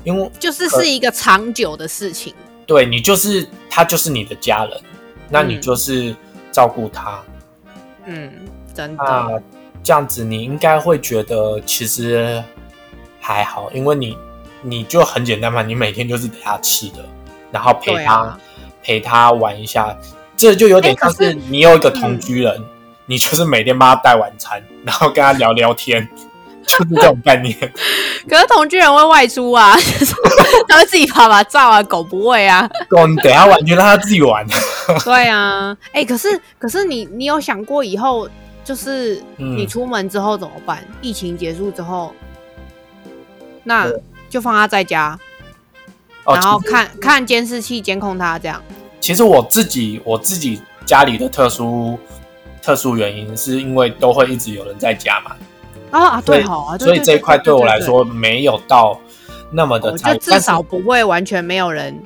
S1: 因为
S2: 就是是一个长久的事情，
S1: 对你就是它就是你的家人，那你
S2: 嗯
S1: 就是照顾它，
S2: 嗯，真
S1: 那
S2: 的，
S1: 这样子你应该会觉得其实还好，因为你你就很简单嘛，你每天就是给他吃的，然后陪
S2: 对
S1: 他、
S2: 啊
S1: 陪他玩一下，这就有点
S2: 哎可
S1: 像
S2: 是
S1: 是你有一个同居人，你就是每天帮他带晚餐，然后跟他聊聊 天，就是这种概念。
S2: 可是同居人会外出啊， 就是他会自己爬爬照啊，狗不会啊，
S1: 够，你等一下玩就让他自己 玩。
S2: 对啊，哎、可是可是你你有想过以后就是
S1: 嗯
S2: 你出门之后怎么办？疫情结束之后，那
S1: 对
S2: 就放他在家，
S1: 哦，
S2: 然后
S1: 其实
S2: 看看监视器监控他这样。
S1: 其实我自己我自己家里的特殊特殊原因，是因为都会一直有人在家嘛，
S2: 哦啊，
S1: 所以
S2: 对吼，啊对
S1: 所以这一块对我来，
S2: 对
S1: 说没有到那么
S2: 对对
S1: 的在
S2: 对
S1: 意。
S2: 就至
S1: 但是
S2: 少不会完全没有人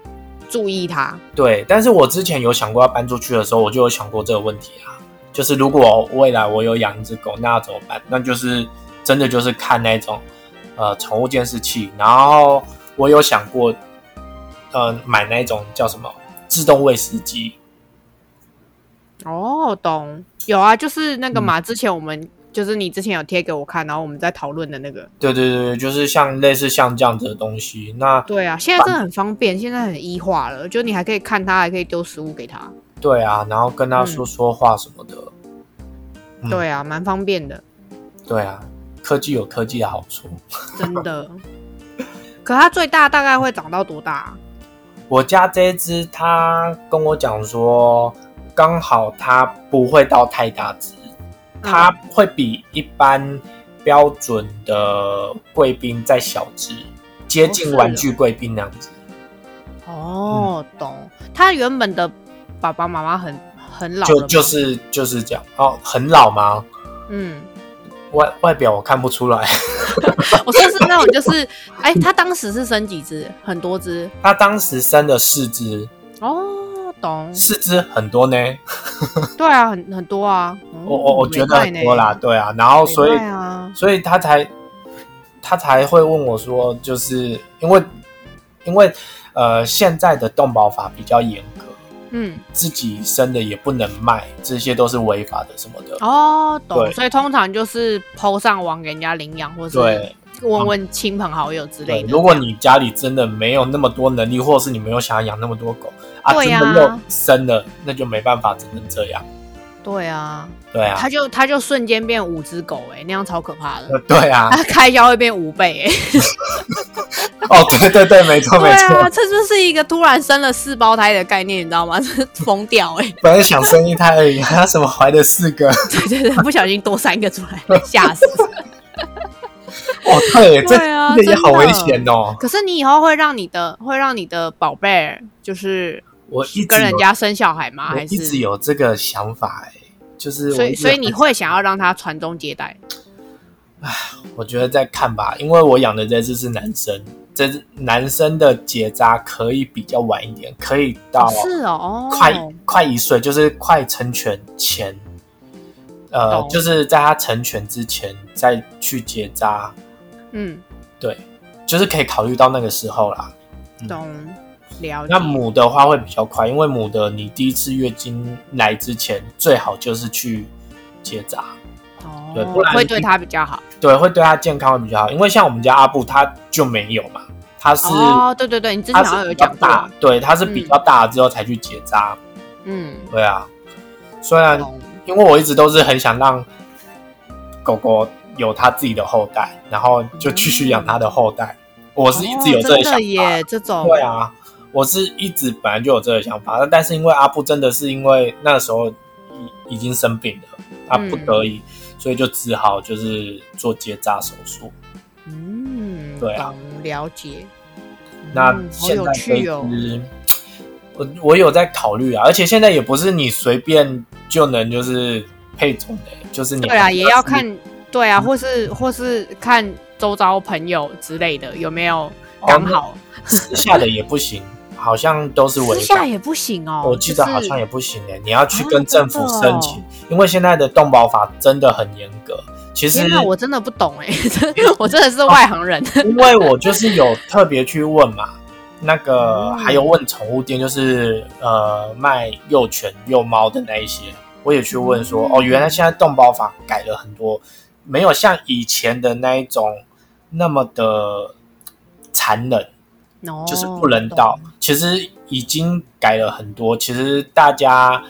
S2: 注意他。
S1: 对，但是我之前有想过要搬出去的时候，我就有想过这个问题啊，就是如果未来我有养一只狗，那要怎么办？那就是真的就是看那种呃宠物监视器，然后我有想过呃买那种叫什么自动喂食机，
S2: 哦，懂，有啊，就是
S1: 嗯
S2: 那个嘛，之前我们就是你之前有贴给我看，然后我们在讨论的那个。
S1: 对对对，对就是像类似像这样子的东西。那
S2: 对啊，现在真的很方便，现在很医化了，就你还可以看他，还可以丢食物给他。
S1: 对啊，然后跟
S2: 嗯
S1: 他说说话什么的，嗯
S2: 对啊，蛮方便 的，
S1: 对啊，科技有科技的好处。
S2: 真的。可它最大大概会长到多大啊、
S1: 我家这一只，它跟我讲说，刚好它不会到太大只，
S2: 嗯
S1: 它会比一般标准的贵宾再小只，接
S2: 哦
S1: 近
S2: 是
S1: 玩
S2: 哦
S1: 具贵宾那样子。
S2: 哦，懂。它原本的爸爸妈妈很很老了
S1: 就
S2: 吗，
S1: 就是就是这样哦，很老吗？
S2: 嗯，
S1: 外外表我看不出来，
S2: 我说是那种 就是，哎，它当时是生几只？很多只
S1: 它当时生了四只，
S2: 哦，懂。
S1: 四只很多呢，
S2: 对啊，很很多啊。嗯
S1: 我我我觉得很多啦，，对啊，然后
S2: 没
S1: 所
S2: 怪呢
S1: 以
S2: 没怪啊，
S1: 所以他才他才会问我说，就是因为因为呃现在的动保法比较严格，
S2: 嗯，
S1: 自己生的也不能卖，这些都是违法的什么的。
S2: 哦，懂
S1: 对。
S2: 所以通常就是抛上网给人家领养，或是
S1: 对
S2: 问问亲朋好友之类
S1: 对，
S2: 的。
S1: 如果你家里真的没有那么多能力，或者是你没有想要养那么多狗啊，
S2: 对
S1: 真
S2: 呀
S1: 的又生了，那就没办法，只能这样。
S2: 对啊，
S1: 对啊，
S2: 他就他就瞬间变五只狗、欸，哎，那样超可怕的。
S1: 呃 对啊，
S2: 他开销会变五倍、欸，
S1: 哦，对对对，没错
S2: 对
S1: 没错，
S2: 啊，这就是一个突然生了四胞胎的概念，你知道吗？ 这疯掉 哎、欸！
S1: 本来想生一胎而已，他什么怀了四个？
S2: 对对对，不小心多三个出 来，吓死！
S1: 哦，对，这
S2: 对啊
S1: 这也好
S2: 真的
S1: 危险哦。
S2: 可是你以后会让你的会让你的宝贝儿就是
S1: 我一直
S2: 跟人
S1: 有
S2: 家生小孩吗？
S1: 我
S2: 还
S1: 一直
S2: 是
S1: 有这个想法、欸，就是我
S2: 所
S1: 一
S2: 以
S1: 直
S2: 所以你会想要让他传宗接代？
S1: 我觉得再看吧，因为我养的这只是男生，这只男生的结扎可以比较晚一点，可以到
S2: 是哦，
S1: 啊快、
S2: 哦
S1: 快一岁，就是快成犬前，呃，
S2: 懂
S1: 就是在他成犬之前再去结扎，
S2: 嗯，
S1: 对，就是可以考虑到那个时候啦。嗯
S2: 懂了解。
S1: 那母的话会比较快，因为母的你第一次月经来之前，最好就是去结扎。对
S2: 哦
S1: 不然，
S2: 会对他比较好。
S1: 对，会对它健康会比较好。因为像我们家阿布，它就没有嘛，它是、
S2: 哦，对对对，你之
S1: 它
S2: 前好像
S1: 是
S2: 有
S1: 比较
S2: 讲
S1: 大
S2: 过，，
S1: 对，它是比较大之后才去结扎。
S2: 嗯，
S1: 对啊，虽然
S2: 懂
S1: 因为我一直都是很想让狗狗有它自己的后代，然后就继续养它的后代。我是一直有
S2: 哦
S1: 这个
S2: 真
S1: 想法，
S2: 的耶，这种
S1: 对啊，我是一直本来就有这个想法，但是因为阿布真的是因为那时候已已经生病了，他
S2: 嗯
S1: 不得已，所以就只好就是做结扎手术。
S2: 嗯，
S1: 对啊
S2: 懂了解。
S1: 那
S2: 嗯好
S1: 现
S2: 有
S1: 在这一
S2: 趣哦，
S1: 只，我我有在考虑啊，而且现在也不是你随便就能就是配种的、就是你
S2: 对啊，
S1: 还是
S2: 也要看，对啊，或是或是看周遭朋友之类的有没有
S1: 哦
S2: 刚好，
S1: 私下的也不行，好像都是违
S2: 私
S1: 法
S2: 下。也不行哦。
S1: 我记得好像也
S2: 也
S1: 不行诶、欸你要去
S2: 啊
S1: 跟
S2: 真
S1: 政府
S2: 的哦
S1: 申请，因为现在的动保法真的很严格。其实
S2: 天哪，我真的不懂哎，真我真的
S1: 哦
S2: 是外行 人。
S1: 因为我就是有特别去问嘛，那个
S2: 嗯
S1: 还有问宠物店，就是呃卖幼犬、幼猫的那一些，我也去问说，
S2: 嗯
S1: 哦，原来现在动保法改了很多，没有像以前的那一种那么的残忍，
S2: 哦
S1: 就是不人道。其实已经改了很多，其实大家。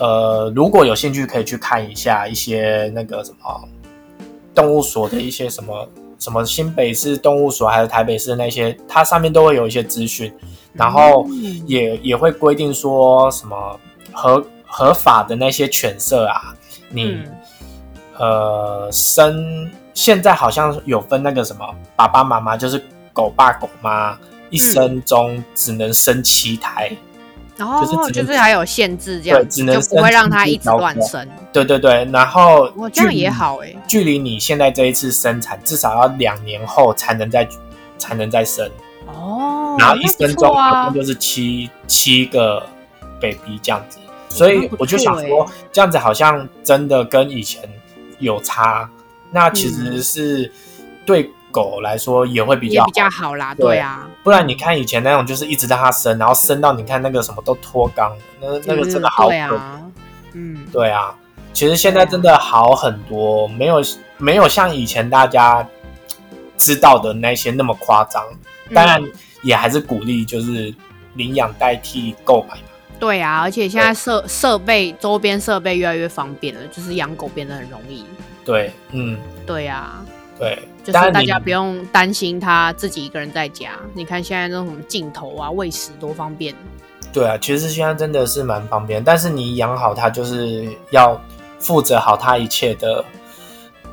S1: 呃，如果有兴趣，可以去看一下一些那个什么动物所的一些什么什么新北市动物所，还有台北市的那些，它上面都会有一些资讯，然后
S2: 嗯
S1: 也也会规定说什么合合法的那些犬舍啊，你、
S2: 嗯
S1: 呃生现在好像有分那个什么爸爸妈妈，就是狗爸狗妈，一生中只能生七胎。
S2: 然后
S1: 就是只
S2: 就
S1: 能
S2: 是还有限制这
S1: 对
S2: 样
S1: 只
S2: 子，
S1: 能
S2: 就不会让它一直
S1: 生
S2: 乱
S1: 自己
S2: 生。
S1: 对对对，然后
S2: 哇，这样
S1: 距离
S2: 也好哎、
S1: 距离你现在这一次生产，至少要两年后才能再才能再生，
S2: 哦，
S1: 然
S2: 那
S1: 后一
S2: 不
S1: 生中
S2: 错
S1: 好像
S2: 啊，
S1: 就是七、七个 baby 这样子，所以
S2: 那不
S1: 我就想
S2: 错欸
S1: 说，这样子好像真的跟以前有差，那其实是对狗来说也会比
S2: 也
S1: 较
S2: 比较好啦，
S1: 对
S2: 对啊，
S1: 不然你看以前那种就是一直让它生，然后生到你看那个什么都脱肛，那那个真的好
S2: 嗯
S1: 可
S2: 对
S1: 怕。
S2: 啊，嗯，
S1: 对啊，其实现在真的好很多，没有没有像以前大家知道的那些那么夸张。当然
S2: 嗯，
S1: 也还是鼓励就是领养代替购买。
S2: 对啊，而且现在设设备周边设备越来越方便了，就是养狗变得很容易。
S1: 对，嗯，
S2: 对啊，
S1: 对，
S2: 就是
S1: 当然
S2: 大
S1: 你
S2: 家不用担心它自己一个人在家。你看现在那种什么镜头啊、喂食多方便。
S1: 对啊，其实现在真的是蛮方便，但是你养好它就是要负责好它一切的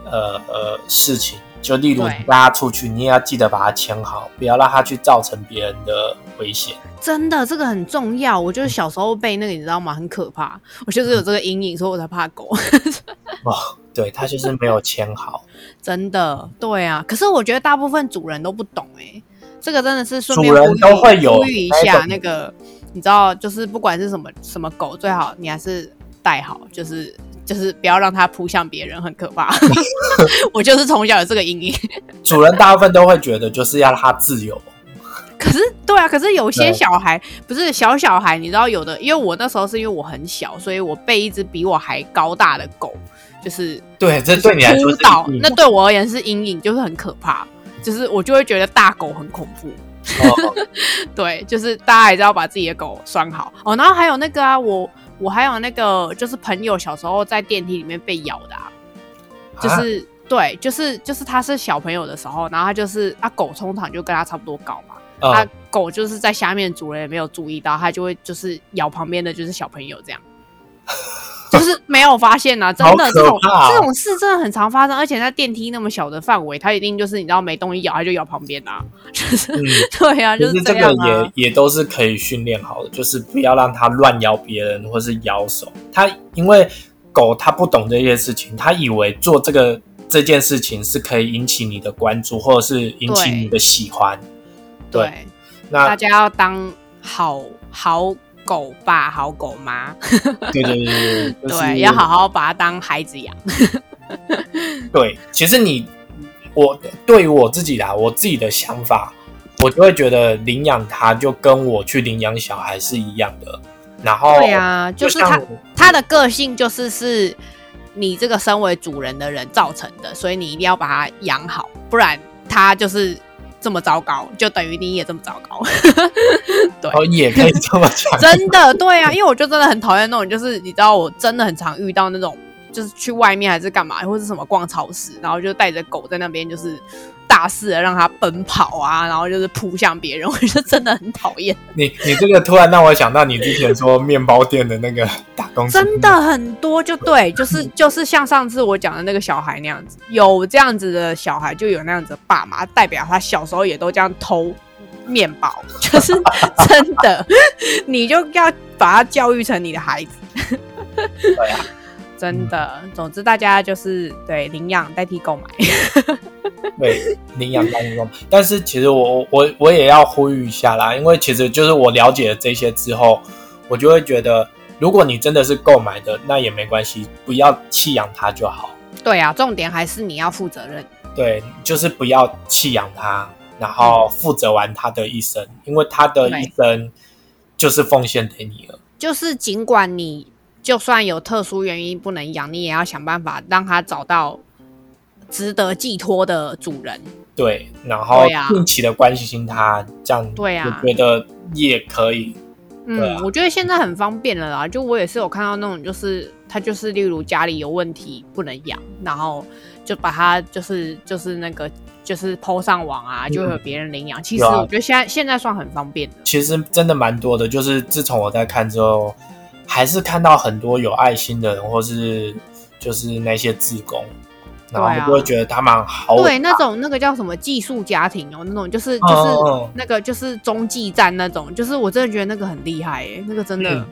S1: 呃呃事情。就例如
S2: 对
S1: 你带它出去，你也要记得把它牵好，不要让它去造成别人的 危险。
S2: 真的，这个很重要。我就是小时候被那个，你知道吗？很可怕。我就是有这个阴影，所以我才怕狗。
S1: 哦，对，它就是没有牵好。
S2: 真的，对啊。可是我觉得大部分主人都不懂哎、这个真的是顺便
S1: 主人
S2: 呼吁
S1: 都会有
S2: 呼吁一
S1: 那
S2: 下
S1: 种
S2: 那个，你知道，就是不管是什么什么狗，最好你还是带好，就是就是不要让它扑向别人，很可 怕。我就是从小有这个阴影。
S1: 主人大部分都会觉得就是要让它自由，
S2: 可是，对啊，可是有些
S1: 对
S2: 小孩不是小小孩，你知道有的，因为我那时候是因为我很小，所以我被一只比我还高大的狗就是
S1: 对，这对你来说
S2: 扑
S1: 是
S2: 倒
S1: 一，
S2: 那对我而言是阴影，就是很可怕，就是我就会觉得大狗很恐怖。
S1: 哦
S2: 对，就是大家还是要把自己的狗拴好哦。然后还有那个啊，我我还有那个就是朋友小时候在电梯里面被咬的、啊， 就
S1: 啊
S2: 是、对，就是就是他是小朋友的时候，然后他就是啊狗通常就跟他差不多高嘛，
S1: 嗯
S2: 他啊狗就是在下面，主人也没有注意到，他就会就是咬旁边的就是小朋友这 样，就是没有发现啊，真的
S1: 好
S2: 这
S1: 可
S2: 种
S1: 怕哦
S2: 这种事真的很常发生，而且在电梯那么小的范围，他一定就是你知道没东西咬，他就咬旁边啊，就是、
S1: 嗯
S2: 对啊，就
S1: 其
S2: 是
S1: 实这
S2: 样
S1: 个
S2: 啊，
S1: 也、也都是可以训练好的，就是不要让它乱咬别人或是咬手。它因为狗它不懂这些事情，它以为做这个这件事情是可以引起你的关注或者是引起
S2: 对
S1: 你的喜欢。
S2: 对，
S1: 对那
S2: 大家要当好好狗爸、好狗妈，
S1: 对 对对对对，就是哦
S2: 对，要好好把它当孩子养。
S1: 对，其实你我对于我自己啦，我自己的想法，我就会觉得领养它就跟我去领养小孩是一样的。然后
S2: 对啊，就是
S1: 像
S2: 他
S1: 我
S2: 他的个性就是是你这个身为主人的人造成的，所以你一定要把它养好，不然他就是这么糟糕，就等于你也这么糟糕。对，，
S1: 哦也可以这么讲
S2: 真的对啊，因为我就真的很讨厌那种，就是你知道，我真的很常遇到那种，就是去外面还是干嘛，或是什么逛超市，然后就带着狗在那边就是大肆的让它奔跑啊，然后就是扑向别人，我 就真的很讨厌，
S1: 你你这个突然让我想到你之前说面包店的那个打工，
S2: 真的，很多就对，就是就是像上次我讲的那个小孩那样子，有这样子的小孩，就有那样子的爸妈，代表他小时候也都这样偷。面包 就是真的，你就要把他教育成你的孩子。
S1: 对啊，
S2: 真的，总之大家就是对领养代替购买，
S1: 对，领养当中。但是其实我我我我也要呼吁一下啦，因为其实就是我了解了这些之后，我就会觉得，如果你真的是购买的，那也没关系，不要弃养它就好。
S2: 对啊，重点还是你要负责任。
S1: 对，就是不要弃养它，然
S2: 嗯
S1: 后负责完它的一生，因为它的一生就是奉献给你了。
S2: 就是尽管你就算有特殊原因不能养，你也要想办法让它找到值得寄托的主人。
S1: 对，然后
S2: 对啊
S1: 定期的关心它，这样
S2: 对啊
S1: 我觉得也可以。对
S2: 嗯
S1: 啊，
S2: 我觉得现在很方便了啦。就我也是有看到那种，就是他就是例如家里有问题不能养，然后就把它就是就是那个就是抛上网啊，就会有别人领养。其实
S1: 有嗯啊
S2: 我觉得现在现在算很方便的。
S1: 其实真的蛮多的，就是自从我在看之后，还是看到很多有爱心的人，或是就是那些志工，然后就会觉得他们好
S2: 啊对，那种那个叫什么寄宿家庭哦，那种就是就
S1: 嗯
S2: 是那个就是中继站那种，就是我真的觉得那个很厉害耶，那个真的
S1: 嗯哦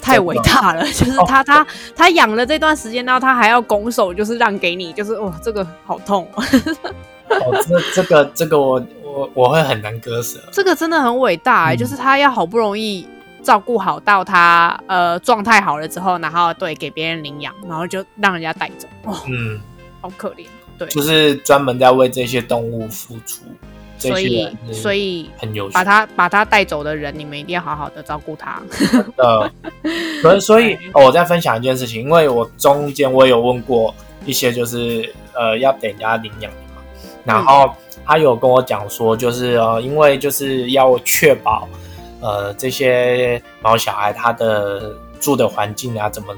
S2: 太伟大了。就是他他他养了这段时间，然后他还要拱手，就是让给你，就是哇，这个好痛哦，
S1: 哦，这这个这个我我我会很难割舍，
S2: 这个真的很伟大耶，
S1: 嗯
S2: 就是他要好不容易。照顾好到他呃状态好了之后，然后对给别人领养，然后就让人家带走，哦，
S1: 嗯，
S2: 好可怜。对，
S1: 就是专门在为这些动物付出，这
S2: 所
S1: 些
S2: 以
S1: 人
S2: 所
S1: 以
S2: 以
S1: 很优秀，
S2: 把他把他带走的人，你们一定要好好的照顾他。
S1: 的。呃所以，所以、
S2: 哎
S1: 哦我再分享一件事情，因为我中间我有问过一些，就是呃要给人家领养的嘛，然
S2: 嗯
S1: 后他有跟我讲说，就是呃因为就是要确保呃这些毛小孩他的住的环境啊，怎么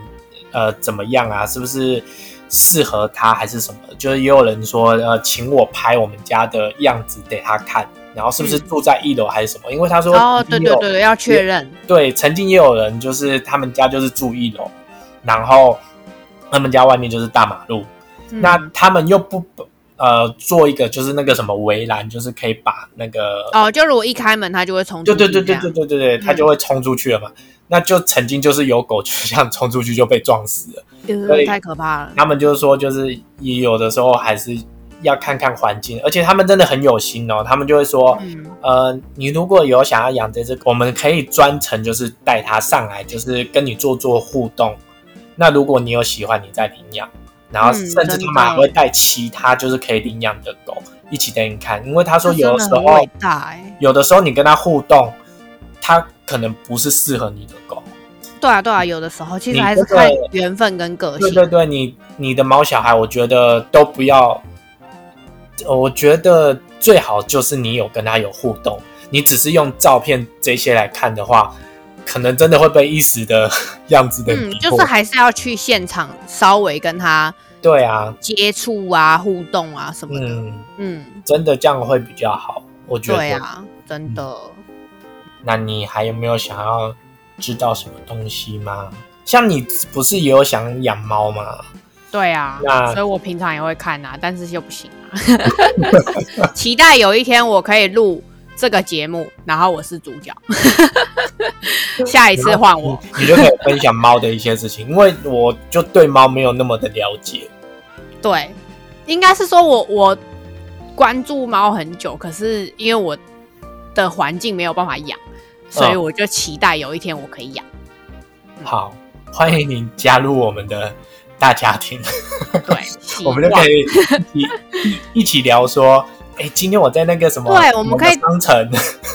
S1: 呃怎么样啊，是不是？适合他还是什么的？就是也有人说，呃，请我拍我们家的样子给他看，然后是不是
S2: 嗯
S1: 住在一楼还是什么？因为他说，
S2: 哦，对对对，要确认。
S1: 对，曾经也有人就是他们家就是住一楼，然后他们家外面就是大马路，
S2: 嗯
S1: 那他们又不呃做一个就是那个什么围栏，就是可以把那个、
S2: 哦，就如果一开门，他就会冲出
S1: 对
S2: 去。
S1: 对对对
S2: 这
S1: 对
S2: 样，
S1: 对对对，他就会冲出去了嘛。那就曾经就是有狗就这样冲出去就被撞死了。
S2: 呃
S1: 对
S2: 太可怕了。
S1: 他们就是说，就是也有的时候还是要看看环境，而且他们真的很有心哦，他们就会说，
S2: 嗯，
S1: 呃，你如果有想要养这只狗，我们可以专程就是带它上来，就是跟你做做互动。那如果你有喜欢，你再领养，然后
S2: 嗯
S1: 甚至
S2: 真
S1: 他们还
S2: 的
S1: 会带其他就是可以领养的狗一起带你看，因为他说
S2: 这
S1: 有
S2: 真的
S1: 的时
S2: 很
S1: 候
S2: 伟大哎。
S1: 有的时候你跟它互动，它可能不是适合你的狗。
S2: 对啊对啊，有的时候其实
S1: 你
S2: 还是
S1: 这个
S2: 看缘分跟个
S1: 对
S2: 性。
S1: 对对，你你的毛小孩，我觉得都不要，呃我觉得最好就是你有跟他有互动，你只是用照片这些来看的话，可能真的会被一时的 样子的
S2: 嗯
S1: 迷，惑。
S2: 就是还是要去现场稍微跟他
S1: 对啊，
S2: 接触啊、互动啊什么的。
S1: 嗯，
S2: 嗯，
S1: 真的这样会比较好，我觉得。
S2: 对啊，真的。
S1: 嗯那你还有没有想要知道什么东西吗？像你不是也有想养猫吗？
S2: 对啊
S1: 那，
S2: 所以我平常也会看啊，但是就不行啊。 期待有一天我可以录这个节目，然后我是主角， 下一次换我。
S1: 嗯你就可以分享猫的一些事情，因为我就对猫没有那么的了解。
S2: 对，应该是说我我关注猫很久，可是因为我的环境没有办法养，所以
S1: 嗯
S2: 我就期待有一天我可以养。
S1: 好，欢迎你加入我们的大家庭，
S2: 对，希
S1: 我
S2: 望
S1: 们就可以一起一一起聊说，哎、今天我在那个什么，
S2: 对我们可以
S1: 某个商城，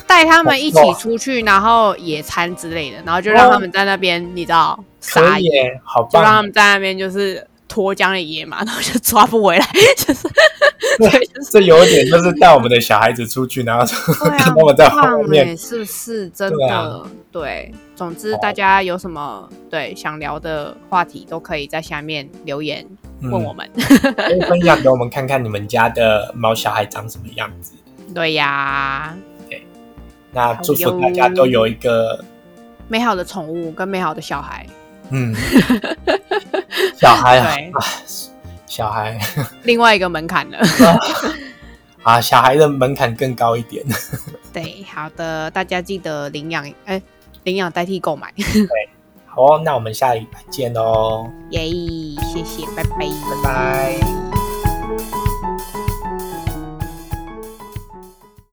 S2: 带他们一起出去，然后野餐之类的，然后就让他们在那边，你知道，
S1: 可
S2: 撒
S1: 以啊
S2: 野。
S1: 耶，好
S2: 就让他
S1: 棒，
S2: 们在那边就是脱缰的野马，然后就抓不回来， 就是
S1: 对
S2: 对，就是
S1: 这有一点就是带我们的小孩子出去，然后说
S2: 对啊，
S1: 看他们在后
S2: 棒
S1: 面，
S2: 哎，是不是真
S1: 对
S2: 的
S1: 啊？
S2: 对，总之
S1: 好
S2: 大家有什么对想聊的话题，都可以在下面留言
S1: 嗯
S2: 问我们。
S1: 可以分享给我们看看你们家的猫小孩长什么样子。
S2: 对呀，
S1: 那祝福大家都有一个
S2: 美好的宠物跟美好的小孩，
S1: 嗯，小孩啊，
S2: 对，
S1: 小孩
S2: 另外一个门槛了。
S1: 啊，小孩的门槛更高一点。
S2: 对，好的，大家记得领养，哎，领养代替购买。
S1: 好哦，那我们下礼拜见哦，
S2: 耶，谢谢，拜拜。
S1: 拜拜。